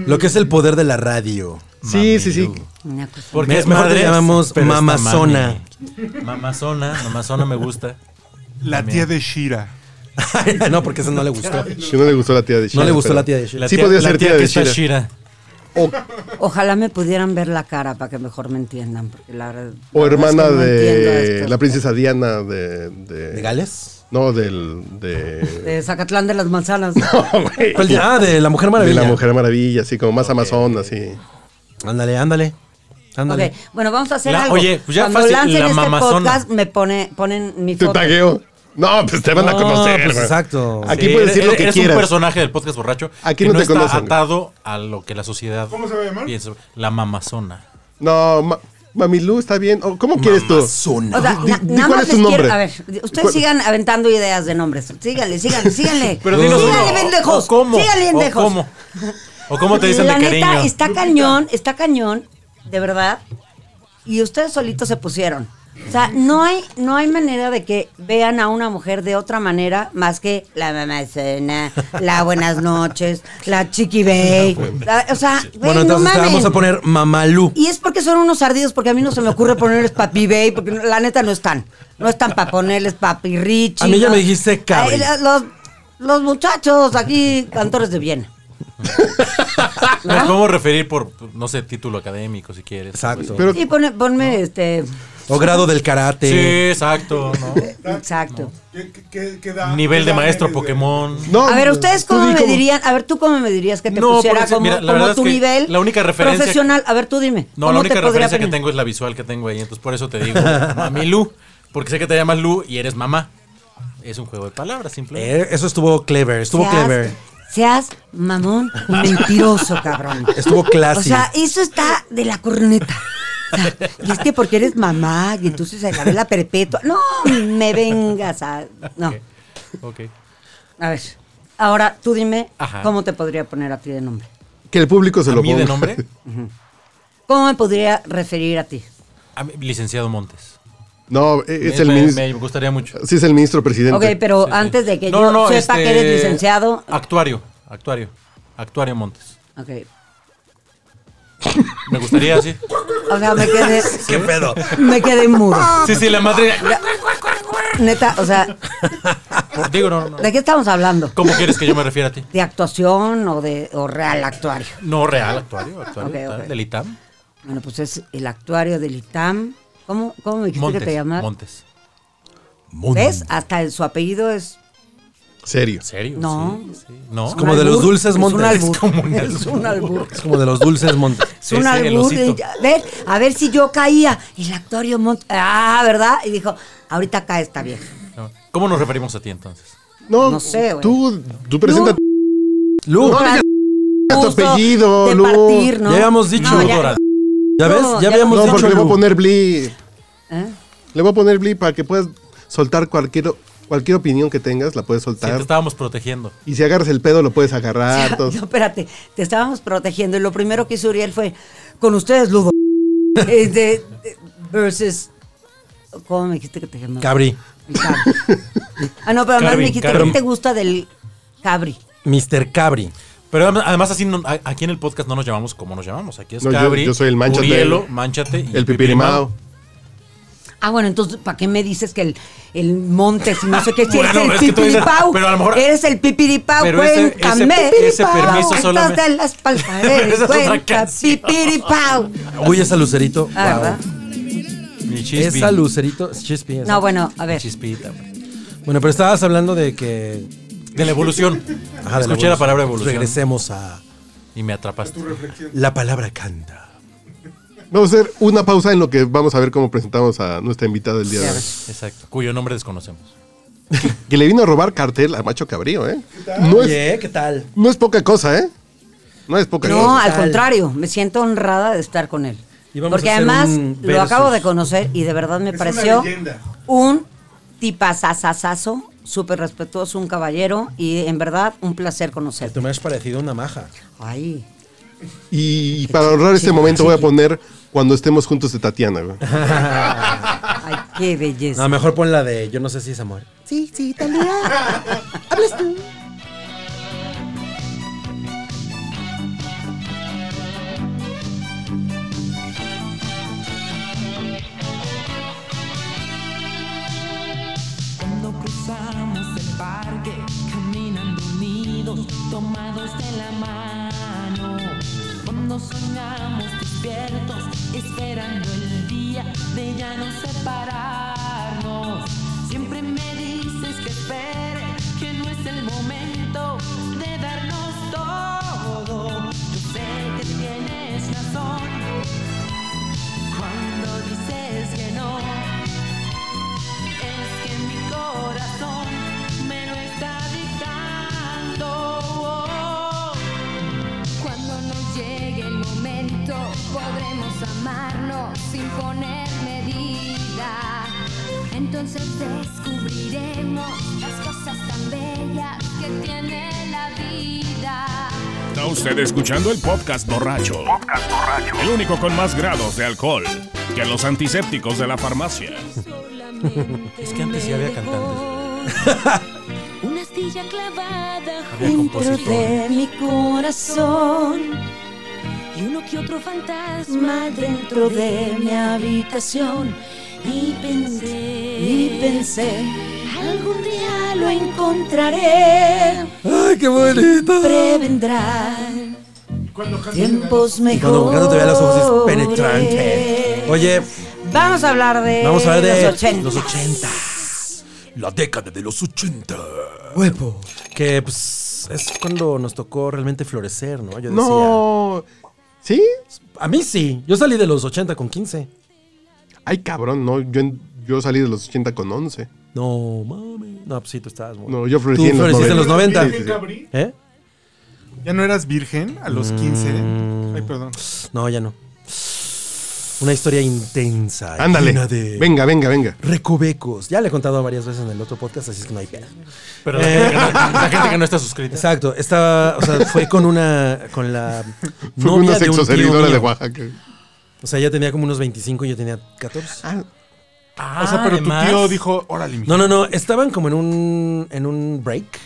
B: Lo que es el poder de la radio. [LAUGHS]
C: Sí, sí, sí.
I: Una cosa.
D: Porque
B: Me-
D: es
B: mejor le
D: madre,
B: llamamos
D: pero está
B: Mamazona.
D: mami. Mamazona, Mamazona me gusta.
A: La tía de Shira.
B: no, porque esa no le gustó.
C: si no le gustó la tía de Shira.
B: No le gustó
C: pero-
B: la tía de Sheila.
D: La
C: Sí
D: tía,
C: podía
D: la
C: ser tía
D: que
C: de
D: está
C: Shira.
D: Shira.
C: O,
I: Ojalá me pudieran ver la cara para que mejor me entiendan, porque la verdad-
C: o
I: la verdad es que
C: hermana
I: no entiendo
C: de
I: esto.
C: la princesa Diana de. de-
B: ¿De Gales?
C: No, del. [LAUGHS] De,
I: de Zacatlán de las
D: [LAUGHS]
I: Manzanas.
C: güey.
B: ¿Cuál de- Ah, de la Mujer
C: de
B: Maravilla.
C: la Mujer Maravilla, así como más amazona, así.
B: Ándale, ándale. Ándale.
I: Ok, bueno, vamos a hacer
D: La-
I: algo.
D: oye, pues ya
I: Cuando
D: fácil,
I: lancen
D: la
I: este
D: mamazona.
I: podcast, me pone, ponen mi
C: Te
I: foto.
C: tagueo. No, pues te van a
B: No,
C: conocer.
B: pues
C: güey.
B: exacto.
C: Aquí
D: Sí,
C: puedes decir
D: eres-
C: lo que
D: eres un
C: quieras.
D: personaje del podcast borracho
C: Aquí
D: que
C: no
D: no,
C: te
D: está
C: conocen.
D: atado a lo que la sociedad
A: ¿Cómo se va a llamar?
D: piensa. La mamazona.
C: No, ma- Mamilú está bien. O, ¿Cómo quieres tú?
I: O sea,
C: Di-
I: na-
C: di
I: nada
C: cuál
I: más
C: es tu
I: les quiero-
C: nombre.
I: a ver, di- ustedes
C: ¿Cuál-
I: sigan aventando ideas de nombres. Síganle, síganle, síganle.
D: [LAUGHS] Pero dinos
I: síganle,
D: uno.
I: pendejos.
D: ¿O cómo?
I: Síganle,
D: ¿O
I: pendejos.
D: cómo? ¿O cómo te dicen
I: La
D: de
I: neta,
D: cariño?
I: está cañón, está cañón, de verdad. Y ustedes solitos se pusieron. O sea, no hay, no hay manera de que vean a una mujer de otra manera más que la mamá cena, la buenas noches,
D: [LAUGHS]
I: la chiqui bay. la- o sea, güey,
B: Bueno,
I: no
B: entonces te
I: mamen.
B: vamos a poner Mamalú.
I: Y es porque son unos ardidos, porque a mí no se me ocurre ponerles papi Bey, porque no- la neta no están. No están para ponerles papi Richie.
B: A mí ya
I: no-
B: me dijiste Cabri.
I: Ay, la- Los, los muchachos aquí, cantores de Viena.
D: Nos
I: ¿Ah?
D: podemos referir por, no sé, título académico si quieres.
B: Exacto.
C: Pero
I: Sí, pone- ponme este.
B: O grado del
D: Sí,
B: karate.
D: exacto.
I: [LAUGHS]
D: ¿no?
I: Exacto.
A: ¿Qué- qué- qué- qué da-
D: Nivel
A: qué
D: de
A: da
D: maestro
A: eres de-
D: Pokémon.
C: no,
I: A ver, ¿ustedes
C: tú
I: cómo
C: di
I: me dirían? A ver, ¿tú cómo me dirías que te
D: No, por
I: pusiera
D: eso,
I: como,
D: mira, la
I: como
D: verdad es
I: tu
D: que
I: nivel
D: la única referencia-
I: profesional? A ver, tú dime.
D: No,
I: ¿cómo
D: la
I: te
D: única
I: podría
D: referencia que
I: poner?
D: tengo es la visual que tengo ahí, entonces por eso te digo, mami Lu, porque sé que te llamas Lu y eres mamá. Es un juego de palabras, simplemente.
B: Eh, eso estuvo clever, estuvo
I: seas,
B: clever.
I: Seas mamón y mentiroso, cabrón.
B: Estuvo classy.
I: O sea, eso está de la corneta. O sea, y es que porque eres mamá y entonces se la vela perpetua. No, me vengas a. Eh, No.
D: Ok.
I: A ver. Ahora tú dime
D: Ajá.
I: cómo te podría poner a ti de nombre.
C: Que el público se
D: ¿A
C: lo
D: mí
C: ponga. [LAUGHS]
D: de nombre?
I: ¿Cómo me podría referir a ti?
D: A mí, licenciado Montes.
C: No, eh, es
D: Me-
C: el
D: me,
C: ministro.
D: me gustaría mucho.
C: Sí, es el ministro presidente.
I: Ok, pero antes de que yo sepa que eres
D: este,
I: licenciado.
D: Actuario, actuario, actuario Montes.
I: Ok.
D: Me gustaría así.
I: O sea, me quedé.
B: ¿Qué pedo?
I: Me quedé mudo.
D: Sí, sí, la madre.
I: Neta, o sea,
D: Por- Digo, no, no, no.
I: ¿de qué estamos hablando?
D: ¿Cómo quieres que yo me refiera a ti?
I: ¿De actuación o de o real actuario?
D: No, real, actuario, actuario,
I: Ok,
D: tal,
I: ok.
D: del ITAM.
I: Bueno, pues es el actuario del ITAM. ¿Cómo, cómo me dijiste que te
D: Montes,
I: llamas?
D: Montes.
I: ¿Ves? Hasta el- su apellido es.
C: Serio.
D: ¿En serio?
I: No.
D: Sí, sí. No.
B: como de los dulces Montes.
D: [LAUGHS]
I: Es
D: Es como un
I: [LAUGHS] Es un albur.
B: Es como de los dulces montes.
I: [LAUGHS] Es un
D: Ese, el
I: albur.
D: osito.
I: A ver, a ver si yo caía. El actuario Montes. Ah, ¿verdad? Y dijo, ahorita cae esta vieja.
D: No. ¿Cómo nos referimos a ti entonces?
C: No,
I: No sé, güey.
C: Tú, tú presenta
I: No.
B: Lu,
C: No, digas tu
I: Justo
C: apellido,
I: de
C: Lu.
I: partir, ¿no?
B: ya habíamos dicho.
I: No, ya-
B: Dora. ya, ves,
I: No,
B: ya
I: ya-
B: habíamos
C: No,
B: dicho.
C: porque le voy a
B: Lu.
C: poner bli.
I: ¿Eh?
C: Le voy a poner bli para que puedas soltar cualquier, cualquier opinión que tengas, la puedes
D: Sí, te
C: soltar.
D: estábamos protegiendo.
C: y si agarras el pedo, lo puedes agarrar. todo.
I: [LAUGHS] No, espérate, te estábamos protegiendo y lo primero que hizo Uriel fue, con ustedes, Ludo. [LAUGHS] Este, versus, ¿cómo me dijiste que te llamabas?
B: Cabri,
I: El cabri. Ah, no, pero además
D: Cabri,
I: me dijiste,
D: cabri.
I: ¿qué te gusta del cabri?
B: Mr. Cabri.
D: Pero adem- además así no- a- aquí en el podcast no nos llamamos como nos llamamos. Aquí es
C: No, yo-
D: Cabri,
C: yo soy el Manchate.
D: Urielo, Manchate y
C: el pipirimao.
I: Ah, bueno, entonces, ¿para qué me dices que el, el Montes y no sé qué? Si
D: Bueno,
I: eres el
D: es que tú dices,
I: pipiripau,
D: pero a lo mejor-
I: eres el pipiripau,
D: Pero ese-
I: cuéntame.
D: ese- ese permiso
I: Las
D: solamente-
I: de las
D: Pero [LAUGHS] esa
I: palparedes,
D: es otra
I: cuenta,
D: canción.
I: pipiripau.
B: Uy, esa lucerito.
I: Ah,
B: wow.
I: ¿verdad?
D: Pipirimao. Y Chispi.
B: Esa lucerito. es Chispi. esa.
I: No, bueno, a ver.
D: Chispita. güey.
B: Bueno, pero estabas hablando de que.
D: De la evolución.
B: Ajá, de
D: Escuché la, palabra evolución
B: Regresemos a
D: y me atrapaste.
B: la palabra canta.
C: Vamos a hacer una pausa en lo que vamos a ver cómo presentamos a nuestra invitada del día de hoy.
D: Exacto. Cuyo nombre desconocemos.
C: Que le vino a robar cartel a Macho Cabrío, ¿eh? No es,
B: Oye, ¿qué tal?
C: no es poca cosa, ¿eh? No es poca
I: No,
C: cosa.
I: al
B: Tal.
I: contrario, me siento honrada de estar con él.
B: Y vamos
I: Porque
B: a hacer
I: además
B: un
I: lo acabo
B: versus.
I: de conocer y de verdad me
A: Es una
I: pareció
A: leyenda.
I: un tipazazazazo, súper respetuoso, un caballero y en verdad un placer
B: Tú
I: conocerte.
B: me has parecido una maja.
I: Ay,
C: Y para honrar este
I: Sí,
C: momento
I: sí.
C: voy a poner cuando estemos juntos de Tatiana, güey.
I: ay, qué
B: A
I: belleza.
B: lo mejor pon la de Yo no sé si es amor.
I: Sí, sí, también. Hablas tú.
G: Cuando cruzamos el parque, caminando unidos, tomados de la mano. Cuando soñamos despiertos, esperando el día de ya no separarnos. Siempre me dices que espere, que no es el momento de darnos todo. Yo sé que tienes razón cuando dices que no. Es que mi corazón me lo está dictando.
F: Cuando nos llegue el momento, podremos amarnos sin poner medida. Entonces descubriremos las cosas tan bellas que tiene la vida.
E: Está usted escuchando el podcast borracho. El único con más grados de alcohol que los antisépticos de la farmacia.
D: Es que antes sí había cantantes.
F: Una astilla clavada
D: Había
I: Dentro
D: compositores.
I: de mi corazón,
F: y uno que otro fantasma
I: más dentro de mi habitación. Y pensé, y pensé,
F: algún día
I: lo encontraré.
B: Ay, Ay, qué bonito.
G: Prevendrán tiempos
B: Y Cuando Bocando te vea los ojos es
G: mejores.
B: penetrante. Oye,
I: Vamos a hablar de,
B: vamos a ver de
I: los 80.
B: los 80.
E: La década de los 80.
B: Huevo. Que pues es cuando nos tocó realmente florecer, ¿no? Yo decía.
C: No. ¿Sí?
B: A mí sí. Yo salí de los 80 con 15.
C: Ay, cabrón, no. Yo, en- yo salí de los 80 con 11.
B: No, mami. No, pues sí, tú estabas muy.
C: No, yo
B: Tú
C: florecí en los
B: floreciste en los
C: 90.
B: 90.
C: Sí, sí, sí.
B: ¿Eh?
A: ¿Ya no eras virgen a
D: Mm.
A: los 15? Ay, perdón.
B: No, ya no. Una historia intensa.
C: Ándale.
B: llena de
C: Venga, venga, venga.
B: Recovecos. Ya le he contado varias veces en el otro podcast, así es que no hay pedo.
D: Pero
B: Eh.
D: la, gente que no, la gente que no
B: [LAUGHS]
D: está suscrita.
B: Exacto. Estaba, o sea, fue con una. Con la.
C: Fue
B: novia
C: una
B: de un tío
C: sexoservidora de
B: mío.
C: Oaxaca.
B: O sea, ella tenía como unos 25 y yo tenía 14.
C: Ah,
A: o
D: Ah,
A: sea, pero tu tío dijo, órale, mi
B: No, no, no. Estaban como en un, en un break,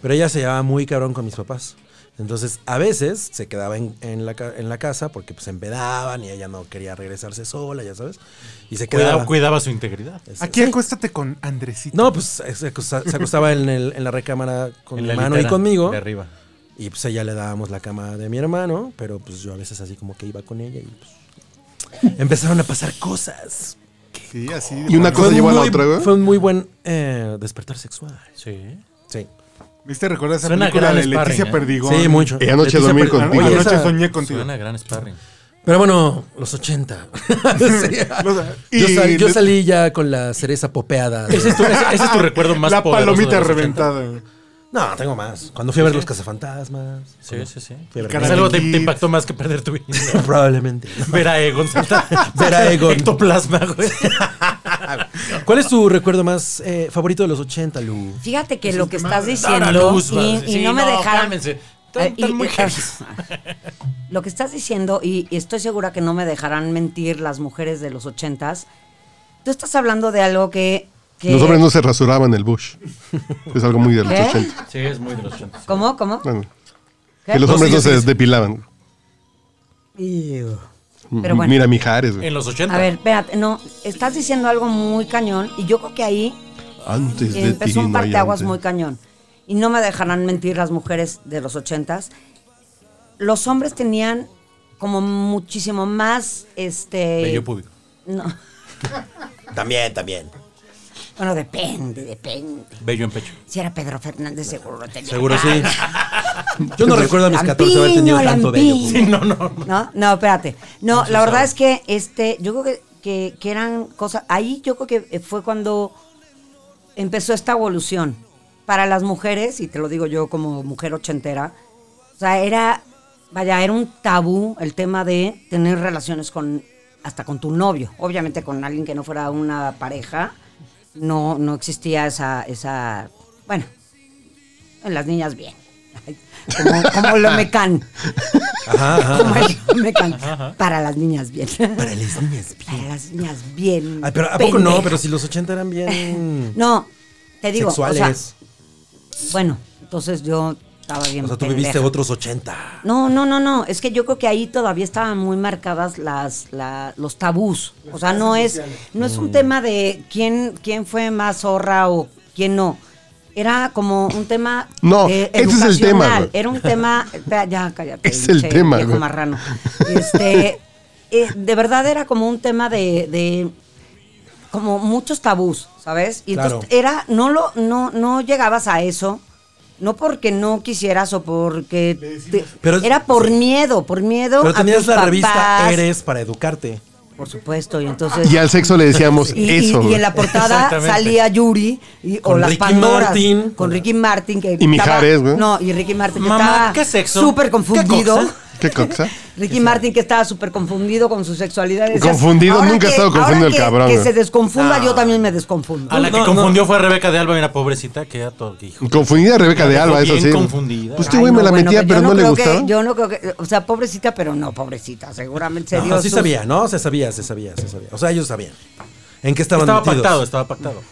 B: pero ella se llevaba muy cabrón con mis papás. Entonces, a veces se quedaba en, en la, ca- en la casa porque pues se empedaban y ella no quería regresarse sola, ya sabes. Y se quedaba.
D: Cuidaba, cuidaba su integridad.
A: Aquí acuéstate con Andresito.
B: No, pues se, acosta- se acostaba en, el- en la recámara con mi
D: la
B: hermano y
D: litera
B: conmigo.
D: De arriba.
B: Y pues ella le dábamos la cama de mi hermano, pero pues yo a veces así como que iba con ella y pues empezaron a pasar cosas.
A: Sí, así. de
C: Y una
A: pronto.
C: cosa
B: Fue
C: llevó a la
B: muy-
C: otra, güey.
B: Fue un muy buen eh, despertar sexual.
D: Sí.
B: Sí.
A: ¿Viste? ¿Recuerdas esa
D: Suena
A: película
D: gran
A: de Leticia
D: sparring, ¿eh?
A: Perdigón?
B: Sí, mucho.
C: Y anoche
B: Leticia
C: dormí
B: Perdigón.
C: contigo.
B: Oye,
A: Anoche
B: esa-
A: soñé contigo.
D: Suena gran sparring.
B: Pero bueno, los 80. [LAUGHS] Sí.
A: Los-
B: yo,
A: y
B: sal- yo
A: le-
B: salí ya con la cereza popeada. de-
D: Ese es tu, ese- ese es tu recuerdo más
A: la
D: poderoso de
A: palomita
D: los 80.
A: reventada.
B: No, tengo más. Cuando fui a ver los cazafantasmas. [LAUGHS]
D: Sí, sí, sí.
B: Fui a ver-
D: Es algo te,
A: Kid.
D: te impactó más que perder tu vida.
B: Probablemente.
D: Ver a Egon [LAUGHS] saltar.
B: Ver a Egon.
D: Ectoplasma, güey.
B: ¿Cuál es tu recuerdo más eh, favorito de los 80, Lu?
I: Fíjate
C: Pues
I: que lo que estás
D: Dar a
I: diciendo
D: luz,
I: y,
D: va.
I: y
D: Sí,
I: no me dejaron
D: cálmense.
I: Eh,
D: Están,
I: y-
D: están muy
I: y-
D: heavies.
I: [LAUGHS] Lo que estás diciendo, y, y estoy segura que no me dejarán mentir las mujeres de los ochentas, tú estás hablando de algo que... que-
C: Los hombres no se rasuraban el bush. Es algo muy de los
I: ¿Qué?
C: 80.
D: Sí, es muy de los 80.
I: ¿Cómo? ¿Cómo?
C: Bueno,
I: ¿Qué?
C: que los
B: No,
C: hombres
B: sigue,
C: no se
B: sigue.
C: depilaban.
I: Iu.
C: M-
I: Pero bueno,
C: Mira Mijares, güey.
D: En los 80.
I: a ver, espérate, no, estás diciendo algo muy cañón y yo creo que ahí
C: Antes de ti
I: empezó un
C: no hay
I: parteaguas
C: antes.
I: muy cañón. Y no me dejarán mentir las mujeres de los ochentas. Los hombres tenían como muchísimo más, este...
D: Bello público.
I: no.
B: También, también.
I: Bueno, depende, depende.
D: Bello en pecho.
I: Si era Pedro Fernández, seguro lo tenía.
B: Seguro sí.
I: [LAUGHS]
B: Yo no recuerdo a mis 14 haber tenido
I: Lampiño,
B: tanto bello.
I: lampiño.
D: Sí, [LAUGHS] no, no.
I: ¿No? No, espérate. No, la verdad es que este, yo creo que, que, que eran cosas. Ahí yo creo que eh, fue cuando empezó esta evolución. Para las mujeres, y te lo digo yo como mujer ochentera, o sea, era. Vaya, era un tabú el tema de tener relaciones con. hasta con tu novio. Obviamente con alguien que no fuera una pareja. No, no existía esa, esa. Bueno, en las niñas bien. Como, como lo mecan.
B: [LAUGHS] Ajá, ajá.
I: Como el Mecan. Para las niñas bien.
B: Para las niñas.
I: [LAUGHS] Para las niñas bien.
B: Ay, Ah, pero ¿A poco no?
I: pendejas.
B: Pero si los 80 eran bien
I: No, te digo. o sea,
B: sexuales.
I: bueno, entonces yo estaba bien.
B: O sea, tú
I: pendeja.
B: viviste otros 80.
I: No, no, no, no. Es que yo creo que ahí todavía estaban muy marcadas las, la- los tabús. O sea, no es, no es un
C: Mm.
I: tema de quién, quién fue más zorra o quién no. Era como un tema.
C: No,
I: eh,
C: ese es el tema,
I: educacional.
C: güey.
I: Era un tema. espera, Ya, cállate.
C: [LAUGHS] Es el
I: che,
C: tema,
I: viejo
C: güey.
I: marrano. Este, eh, de verdad era como un tema de. de- como muchos tabús, ¿sabes? Y entonces
B: Claro.
I: era, no lo, no, no llegabas a eso, no porque no quisieras o porque te-
B: Pero-
I: era por miedo, por miedo.
B: Pero
I: a
B: tenías
I: tus
B: la revista
I: papás,
B: Eres para educarte.
I: Por supuesto, y entonces.
C: Y al sexo le decíamos
I: [LAUGHS] y, y-
C: eso.
I: y
C: güey.
I: en la portada
D: Exactamente.
I: salía Yuri y, o
B: Con
I: las
B: Ricky
I: Pandoras,
B: Martin.
I: con Ricky Martin que
C: Y Mijares,
I: estaba-
C: güey.
I: No, y Ricky Martin que
D: Mamá,
I: estaba
D: ¿qué sexo?
I: súper
D: ¿Qué
I: confundido.
D: cosa?
C: ¿Qué
D: [LAUGHS]
C: coxa?
I: Ricky Martin que estaba súper confundido con su sexualidad. Decías,
C: Confundido,
I: ahora
C: nunca ha
I: que-
C: estado
I: ahora
C: confundido el
I: que-
C: cabrón,
I: Que
C: güey. Ah,
I: se desconfunda, yo también me desconfundo.
D: A la que
B: No, no.
D: confundió fue a Rebeca de Alba, una pobrecita que era todo que hijo.
C: Confundida Rebeca de
D: Bien
C: Alba, eso sí.
D: confundida.
C: Pues este
I: Ay,
C: güey me
I: no,
C: la
I: bueno,
C: metía,
I: yo
C: pero no, le
I: creo que-
C: gustaba.
I: yo no creo que, o sea, pobrecita, pero no pobrecita. Seguramente se dio
B: No, sí
I: sus-
B: sabía, ¿no? Se sabía, se sabía, se sabía. O sea, ellos sabían. ¿En qué estaban
D: Estaba
B: metidos?
D: pactado, estaba pactado.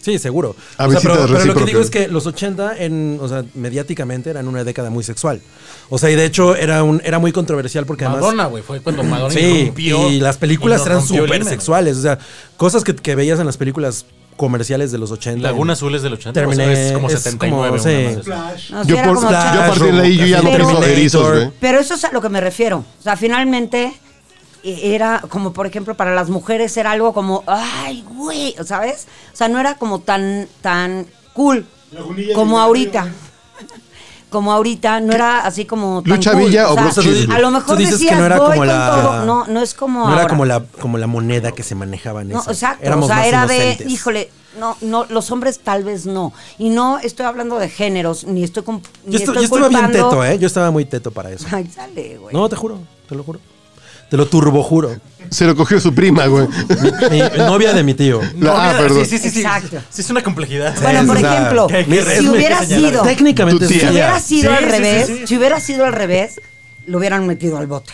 B: Sí, seguro.
C: A
B: O sea,
C: visitas
B: pero, pero lo que
C: recíprocas.
B: digo es que los 80, en, o sea, mediáticamente eran una década muy sexual. O sea, y de hecho era, un, era muy controversial porque además...
D: Madonna, güey, fue cuando Madonna
B: Sí,
D: irrumpió
B: y las películas
D: nos
B: eran
D: rompió el
B: súper
D: himen.
B: sexuales. O sea, cosas que, que veías en las películas comerciales de los 80.
D: Laguna Azul es del 80. o sea,
B: Terminé-
D: es como
B: es
D: 79.
B: como,
D: una
B: sí.
D: cosa así.
I: No, sí
C: Yo,
I: era
C: por-
I: como
C: yo
I: Flash,
C: a partir de ahí yo ya no
I: Pero-
C: pienso erizos, güey.
I: Pero eso es a lo que me refiero. O sea, finalmente e- era como, por ejemplo, para las mujeres era algo como, ay, güey, ¿sabes? O sea, no era como tan, tan cool
A: Lagunilla
I: como
A: de
I: ahorita. [LAUGHS] Como ahorita, no era así como tan
C: ¿Lucha
I: cool.
C: Villa o
I: sea,
C: Brock Chiswick?
I: A lo
B: Tú
I: mejor
B: dices
I: decías,
B: que no era
I: voy
B: como
I: con
B: la.
I: todo. No, no es como
B: No era
I: ahora.
B: como la, como la moneda que se manejaba en
I: No,
B: esa.
I: exacto.
B: Éramos
I: o sea,
B: más
I: era
B: inocentes.
I: de, híjole, no, no, los hombres tal vez no. Y no estoy hablando de géneros, ni estoy, comp- ni
B: Yo, estu-
I: estoy
B: yo estaba bien
I: culpando-
B: teto, ¿eh? Yo estaba muy teto para eso.
I: [LAUGHS] Ay, sale, güey.
B: No, te juro, te lo juro. Te lo turbo juro.
C: Se lo cogió su prima, güey.
B: [LAUGHS] Mi novia de mi tío.
C: La- ah,
D: mira,
C: perdón.
D: Sí, sí, sí, sí.
I: Exacto.
D: Sí, es una complejidad.
I: Bueno,
B: Sí,
I: por
B: o sea,
I: ejemplo,
D: que- que es
I: si
D: muy
I: hubiera
D: señalado.
I: sido,
B: Técnicamente
C: Tu
B: es
C: tía.
I: si hubiera sido
D: Sí,
I: al
D: sí, sí,
I: revés,
D: sí.
I: si hubiera sido al revés, lo hubieran metido al bote.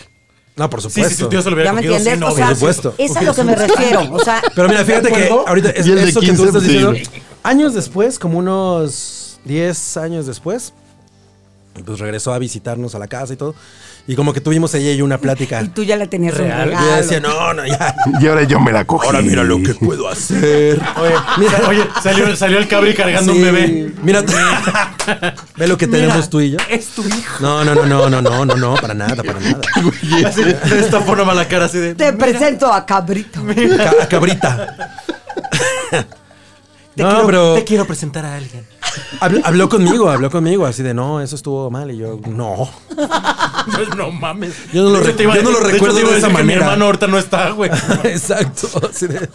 B: No, por
D: Sí,
B: supuesto.
D: sí, sí, tío se lo hubiera
I: ¿Ya me
D: cogido, sí,
I: entiendes?
D: no,
I: o
D: por
I: sea,
B: supuesto.
I: es a lo que
D: [LAUGHS]
I: me refiero. O sea,
B: Pero mira, fíjate que ahorita es,
C: Y el de
B: eso que tú
C: 15,
B: estás
C: sí.
B: diciendo, años después, como unos 10 años después, pues regresó a visitarnos a la casa y todo. Y como que tuvimos ella y yo una plática.
I: y tú ya le tenías un
B: Real. Yo
I: regalo.
B: decía, no, no, ya.
C: Y ahora yo me la cogí.
B: Ahora mira lo que puedo hacer.
D: Oye, sa- [LAUGHS] oye, salió, salió el cabri cargando un
B: Sí.
D: bebé.
B: Mira, [LAUGHS] ve lo que tenemos tú y yo.
D: Es tu hijo.
B: No, no, no, no, no, no, no, no, para nada, para nada.
D: Así, de esta forma la cara así de.
I: Te presento a Cabrito.
B: Ca- a [LAUGHS] cabrita.
D: Te
B: no,
D: quiero-
B: pero
D: Te quiero presentar a alguien.
B: habl- habló conmigo, habló conmigo, así de no, eso estuvo mal. Y yo, no.
D: [LAUGHS] No, no mames.
B: Yo no lo
D: De hecho,
B: re-
D: te iba-
B: yo no lo
D: de hecho,
B: recuerdo
D: te iba a
B: de esa
D: decir que Mi
B: manera.
D: hermano ahorita no está, [LAUGHS] güey.
B: [LAUGHS] Exacto. así de-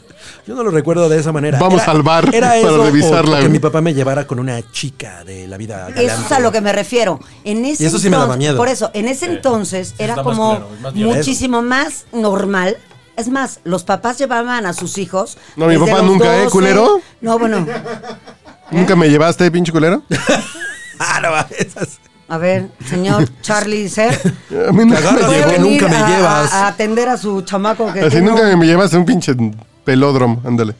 B: yo no lo recuerdo de esa manera.
C: Vamos al bar para
B: o-
C: revisarla,
B: o Que
C: güey.
B: mi papá me llevara con una chica de la vida.
I: Eso es
B: galante.
I: a lo que me refiero. En ese
B: Y eso sí me
I: entonces-
B: daba miedo.
I: Por eso, en ese entonces era
D: está más
I: como
D: claro, es más violento.
I: muchísimo más normal. Es más, los papás llevaban a sus hijos.
C: No, mi
I: desde
C: papá
I: los
C: nunca, ¿eh, culero?
I: No, bueno,
C: ¿Nunca me llevaste, pinche culero?
B: Ah, no, esas-
I: a ver,
D: [LAUGHS]
I: señor Charlie ¿eh? Ser.
C: A mí nunca
B: agarra
C: me
B: de
I: ¿puede
C: llevó.
B: huevo.
I: venir
B: nunca me
I: a,
B: llevas.
I: a- a atender a su chamaco que
C: Así
I: tengo?
C: nunca me llevaste un pinche pelódromo, ándale.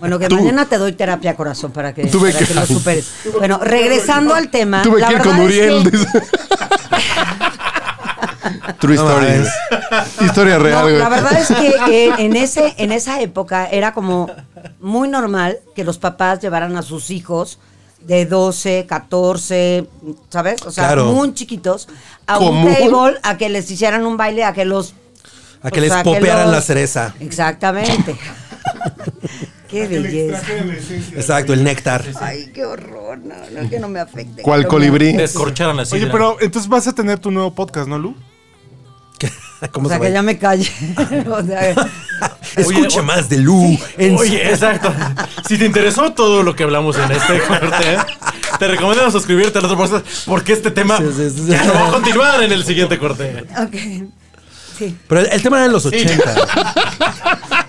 I: Bueno, que
C: Tú.
I: mañana te doy terapia corazón para que,
C: Tuve
I: para
C: que- [LAUGHS]
I: que lo superes. Bueno, regresando al tema.
C: Tuve
I: la
C: que ir con
I: verdad es
C: Uriel.
I: que-
B: [LAUGHS]
C: dice. True
B: No
C: story.
B: mames. [LAUGHS]
C: güey. Historia real,
I: No,
C: güey.
I: la verdad es que eh, en, ese, en esa época era como muy normal que los papás llevaran a sus hijos de 12, 14, ¿sabes? O sea,
B: Claro.
I: muy chiquitos a
C: ¿Cómo?
I: un table, a que les hicieran un baile, a que los...
B: A
I: o
B: que les
I: sea,
B: popearan
I: los-
B: la cereza. [LAUGHS]
I: Exactamente. Qué belleza.
B: Exacto, el néctar.
I: Ay, qué horror. No, no, que no me afecte.
C: ¿Cuál
I: Creo que-
C: colibrí?
D: Descorcharon la sidra.
A: Oye, pero entonces vas a tener tu nuevo podcast, ¿no, Lu?
B: [LAUGHS] ¿Cómo
I: O sea,
B: se
I: que
B: baila?
I: ya me calle. [LAUGHS] O sea,
B: Escucha más de Lu. en-
D: Oye, exacto. Si te interesó todo lo que hablamos en este corte, te recomendamos suscribirte al otro podcast porque este tema
B: Sí, sí, sí.
D: ya no va a continuar en el siguiente corte.
I: ok. Sí.
B: Pero el, el tema era en los 80.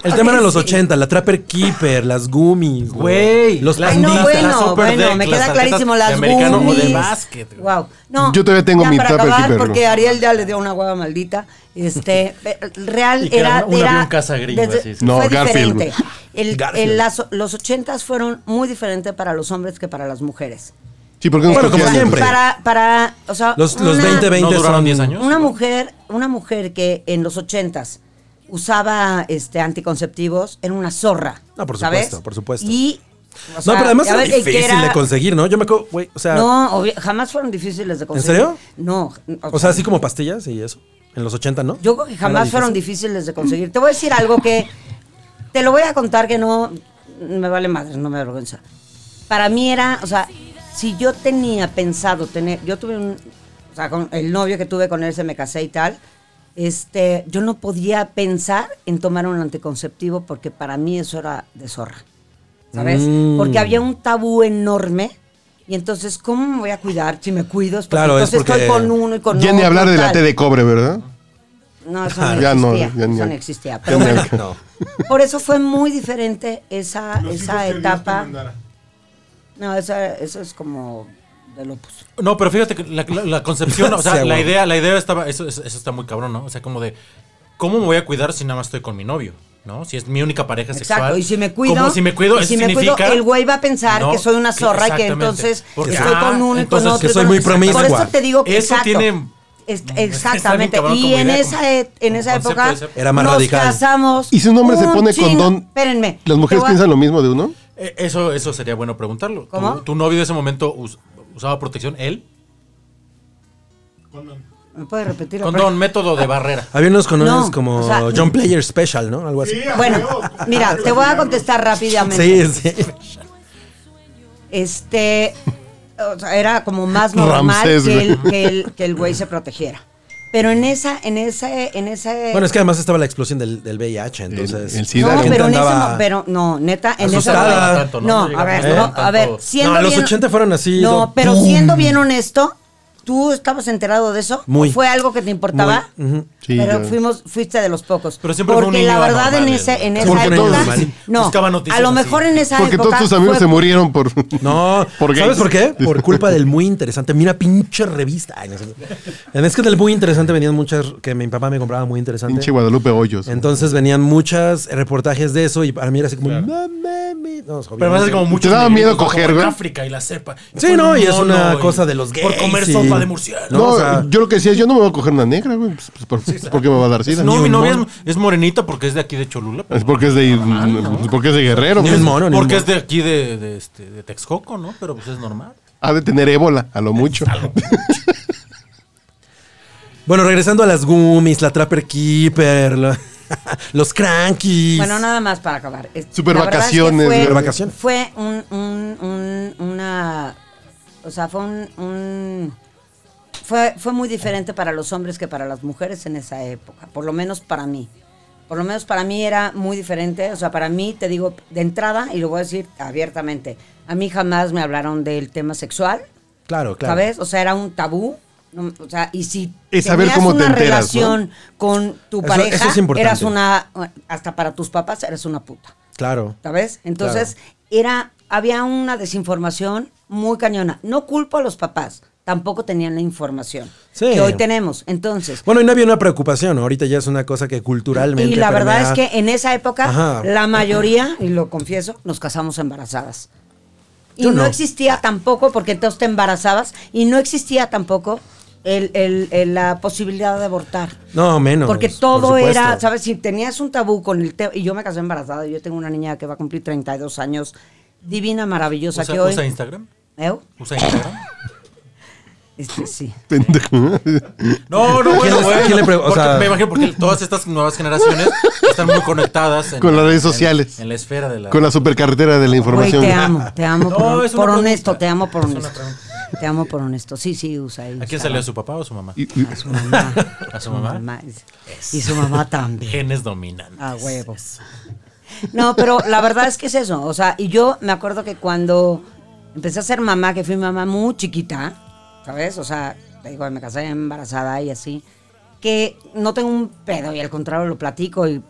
B: El tema era en los 80, la Trapper Keeper, las gummies,
D: Güey,
B: Los
D: las
I: Ay, no,
B: panditas.
D: Panditas, las
I: bueno,
D: Upper
I: bueno,
D: Deck, las
I: me queda
D: tarjetas
I: clarísimo
D: de
I: las
D: americano o de
I: gummies.
D: básquet.
I: Wow. No,
C: Yo todavía tengo
I: ya
C: mi
I: para
C: Tupper
I: acabar,
C: Keeper, ¿no?
I: porque Ariel ya le dio una hueva maldita.
C: [LAUGHS]
I: Este, pe- real
D: Y que
I: era
D: era un
I: era
D: avión caza gringo,
I: desde-
D: así, sí.
C: No,
I: fue
C: Garfield.
I: diferente. El-
B: Garfield.
I: el- las- los ochentas fueron muy diferentes para los hombres que para las mujeres.
C: Sí, porque nos
B: Bueno, como
C: copiamos, güey?
B: siempre.
I: Para, para, o sea,
B: Los, los
I: una-
B: 20-20
D: ¿No duraron
B: son-
D: 10 años?
I: una mujer, una mujer que en los ochentas usaba este anticonceptivos era una zorra.
B: No, por
I: ¿sabes?
B: supuesto, por supuesto.
I: Y o
B: no,
I: sea,
B: pero además
I: a
B: era
I: ver, el que
B: difícil de
I: era-
B: conseguir, ¿no? Yo me acuerdo, güey, o sea,
I: No, obvio- jamás fueron difíciles de conseguir.
B: serio?
I: No.
B: o sea, así como pastillas y eso. En los 80, ¿no?
I: Yo creo que
B: Era
I: jamás
B: difícil.
I: fueron difíciles de conseguir. Te voy a decir algo que te lo voy a contar que no me vale madre, no me avergüenza. Para mí era, o sea, si yo tenía pensado tener, yo tuve un, o sea, con el novio que tuve con él se me casé y tal, este, yo no podía pensar en tomar un anticonceptivo porque para mí eso era de zorra. ¿sabes?
B: Mm.
I: Porque había un tabú enorme. Y entonces, ¿cómo me voy a cuidar si me cuido? Es porque
B: Claro, es
I: entonces
B: porque-
I: estoy con uno y con
C: Ya ni
I: otro
C: hablar
I: y
C: de la
I: tal.
C: T de cobre, ¿verdad? [LAUGHS]
I: No, eso no
C: Ya no,
I: existía.
C: ya ni-
I: eso no existía.
C: [LAUGHS] ya
I: Pero
C: ni-
I: bueno,
B: [LAUGHS] No.
C: [LAUGHS]
I: por eso fue muy diferente esa,
A: Los hijos
I: esa
A: que Dios te
I: etapa.
A: mandara.
I: No, esa- eso es como de pues, lopus.
D: No, pero fíjate que la, la- la concepción, o sea,
B: Sí,
D: la
B: güey.
D: idea, la idea estaba, eso, eso eso está muy cabrón, ¿no? O sea, como de, ¿cómo me voy a cuidar si nada más estoy con mi novio? ¿No? Si es mi única pareja sexual.
I: Exacto. Y si me cuido.
D: Como si me cuido,
I: y
D: eso
I: si me cuido,
D: significa.
I: el güey va a pensar
D: No,
I: que soy una zorra y que
D: exactamente.
I: entonces
D: Porque-
I: estoy
D: Ah,
I: con uno y con
D: entonces
I: otro.
B: que
I: y
B: soy
I: con
B: muy
I: otro.
B: promiscua.
I: Por eso te digo que.
D: Eso
I: exacto.
D: tiene-
I: Es-
D: está bien
I: exactamente.
D: cabrón
I: y
D: como
I: en
D: idea,
I: esa,
D: como-
I: e- en
D: como
I: esa
D: concepto
I: época.
D: de ser-
B: Era más
I: nos
B: radical.
I: casamos.
C: Y si un hombre se
I: un
C: pone
I: chingo-
C: condón,
I: Espérenme.
C: ¿las mujeres
I: te voy a-
C: piensan lo mismo de uno?
D: Eh, Eso, eso sería bueno preguntarlo. ¿Tu-
I: ¿Cómo?
D: ¿Tu, novio de ese momento us- usaba protección? ¿Él?
I: ¿Me puede repetir? la
D: Condón, método de barrera.
B: Había unos condones
I: No,
B: como
I: o sea,
B: John Player Special, ¿no? Algo así.
I: pregunta? Bueno, mira, te voy a contestar rápidamente.
B: Sí, sí.
I: Este, o sea, era como más normal
C: Ramsés,
I: que el,
C: güey.
I: que, el, que el güey se protegiera. Pero en esa, en ese, en ese...
B: Bueno, es que además estaba la explosión del, del VIH, entonces.
C: el SIDA,
B: la
I: Eh, no,
B: gente
I: pero en ese
B: andaba-
I: no, pero no, neta, en ese
D: Asustada.
I: momento-
D: Tanto,
I: no,
D: ¿no?
I: a ver, no,
D: Llegamos
I: a ver,
D: tanto-
I: siendo
B: No, los
I: bien-
B: 80 fueron así,
I: No,
B: lo-
I: pero
B: ¡pum!
I: siendo bien honesto, ¿tú estabas enterado de eso?
B: Muy.
I: ¿O ¿Fue algo que te importaba?
C: Sí,
I: pero
C: yo-
I: fuimos, fuiste de los pocos.
D: Pero siempre fue
I: Porque
D: un
I: la
D: niño
I: verdad en
D: anormal,
I: esa, en
D: ¿no?
I: esa
B: Porque
I: época,
B: todos- normal.
I: no,
D: Buscaba noticias
I: a lo
D: así.
I: mejor en esa
C: Porque
I: época
C: todos tus amigos se
I: fue-
C: murieron por.
B: No,
C: [LAUGHS] por gays.
B: ¿sabes por qué? Por culpa del muy interesante. Mira, pinche revista. Ay, no sé. Es que del muy interesante venían muchas que mi papá me compraba muy interesante.
C: [LAUGHS] Pinche Guadalupe Hoyos.
B: Entonces venían muchas reportajes de eso y para mí era así como. "No mames". No, obviamente.
D: Pero va a ser como mucho.
C: daba miedo coger,
D: en
C: ¿verdad?
D: África y la cepa.
B: Sí, no, y es una
D: y-
B: cosa de los gays.
D: Por comer
B: y-
D: sopa de murciélago.
C: No,
B: o sea,
C: yo lo que decía es: yo no me voy a coger una negra, güey. Pues, pues, por, ¿por qué me va a dar sida?
D: No,
B: Ni
D: mi
B: un
D: novia es,
B: mono.
D: es morenita porque es de aquí de Cholula. pero-
C: Es porque es de, es porque es de guerrero. pues.
B: Ni
C: güey.
B: un mono, ni un
D: porque
B: mono.
D: es de aquí de, de, este, de Texcoco, ¿no? Pero pues es normal.
C: Ha de tener ébola, a lo mucho.
B: Bueno, regresando a las gummies, la Trapper Keeper, lo- [LAUGHS] los Crankies.
I: Bueno, nada más para acabar. Es-
C: Super
I: la verdad es que
C: vacaciones,
I: fue-
C: super
B: vacaciones.
I: Fue un, un- un- una. O sea, fue un. un- fue, fue muy diferente para los hombres que para las mujeres en esa época, por lo menos para mí. Por lo menos para mí era muy diferente. O sea, para mí, te digo, de entrada, y lo voy a decir abiertamente, a mí jamás me hablaron del tema sexual,
B: Claro, claro.
I: ¿sabes? O sea, era un tabú. no, o sea, y si
C: Y saber
I: tenías
C: cómo te
I: una
C: enteras, ¿no?
I: relación con tu
B: Eso-
I: pareja,
B: eso es importante.
I: eras una, hasta para tus papás, eras una puta.
B: Claro.
I: ¿sabes? Entonces, era, había una desinformación muy cañona. No culpo a los papás, tampoco tenían la información
B: Sí.
I: que hoy tenemos. Entonces,
B: Bueno, y no había una preocupación. ¿no? Ahorita ya es una cosa que culturalmente.
I: y la verdad
B: permea-
I: es que en esa época,
B: Ajá.
I: la mayoría, y lo confieso, nos casamos embarazadas. Y
B: Yo
I: no,
B: no.
I: existía tampoco, porque entonces te embarazabas, y no existía tampoco el- el- el- la posibilidad de abortar.
B: No, menos.
I: Porque
B: por
I: todo
B: supuesto.
I: era, ¿sabes? Si tenías un tabú con el tema, y yo me casé embarazada, yo tengo una niña que va a cumplir 32 años, divina, maravillosa,
D: Usa,
I: que hoy...
D: usa Instagram.
I: ¿Eh?
D: Usa Instagram.
I: Este, sí.
C: [LAUGHS] Pendejo. ¿eh?
D: No, no, bueno,
B: les-
D: bueno.
B: a quién le pre- o
D: porque
B: sea-
D: me imagino porque todas estas nuevas generaciones están muy conectadas en-
C: Con las redes
D: en-
C: sociales.
D: En, la esfera de la.
C: Con la supercarretera de la
I: Güey,
C: información.
I: te amo, te
D: [LAUGHS]
I: amo
D: No,
I: por,
D: es una
I: por
D: pregunta.
I: honesto, te amo por
D: Es una
I: honesto. Te amo por honesto. Sí, sí, usa ahí.
D: ¿A quién
I: usa.
D: salió? ¿A su papá o su mamá?
C: Y- y-
I: A su mamá.
D: ¿A su mamá?
I: Y su mamá también.
D: Genes dominantes.
B: Ah,
I: A huevos. No, pero la verdad es que es eso. O sea, y yo me acuerdo que cuando empecé a ser mamá, que fui mamá muy chiquita, ¿sabes? O sea, te digo, me casé embarazada y así, que no tengo un pedo y al contrario lo platico. Y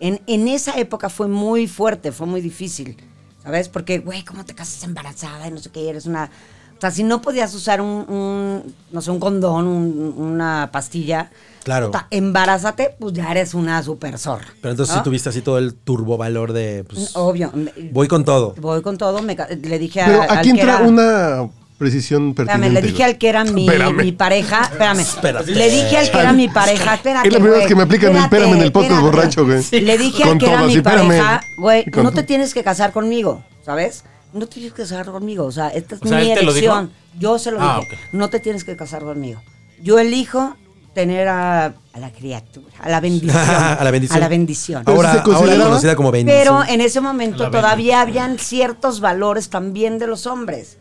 I: en, en esa época fue muy fuerte, fue muy difícil, ¿sabes? Porque, güey, ¿cómo te casas embarazada y no sé qué? Eres una... O sea, si no podías usar un, un, no sé, un condón, un- una pastilla,
B: Claro.
I: puta, embarázate, pues ya eres una super zorra.
B: Pero entonces
I: ¿no?
B: sí tuviste así todo el turbovalor de. Pues,
I: ¿Ah? Obvio. me-
B: Voy con todo.
I: Mm, oh. Voy con todo. me ca- le dije a-
C: Pero
I: al
C: aquí
I: que
C: entra
I: era-
C: una precisión pertinente.
I: Espérame, le dije al que era mi,
C: Espérame.
I: mi pareja. Espérame.
B: Espérate.
I: Le dije al que era mi pareja. Espérate.
C: Es la primera
I: güey,
C: vez que me aplican el
I: espérate,
C: espérame en el podcast
I: espérate.
C: borracho, güey. Sí.
I: Le dije al
C: Con
I: que era
C: todo,
I: mi
C: sí, espérame.
I: pareja, güey,
C: Con
I: no
C: todo.
I: te tienes que casar conmigo, ¿sabes? No te tienes que casar conmigo. O sea, esta es
D: O sea,
I: mi
D: ¿él te lo dijo?
I: elección. Yo se lo
D: Ah,
I: dije.
D: ok.
I: No te tienes que casar conmigo. Yo elijo tener a, a la criatura, a la bendición.
B: [LAUGHS] A la bendición.
I: A la bendición.
B: Ahora,
C: ¿Pero se
B: ahora
C: consideraba?
B: conocida como bendición.
I: Pero en ese momento todavía habían ciertos valores también de los hombres.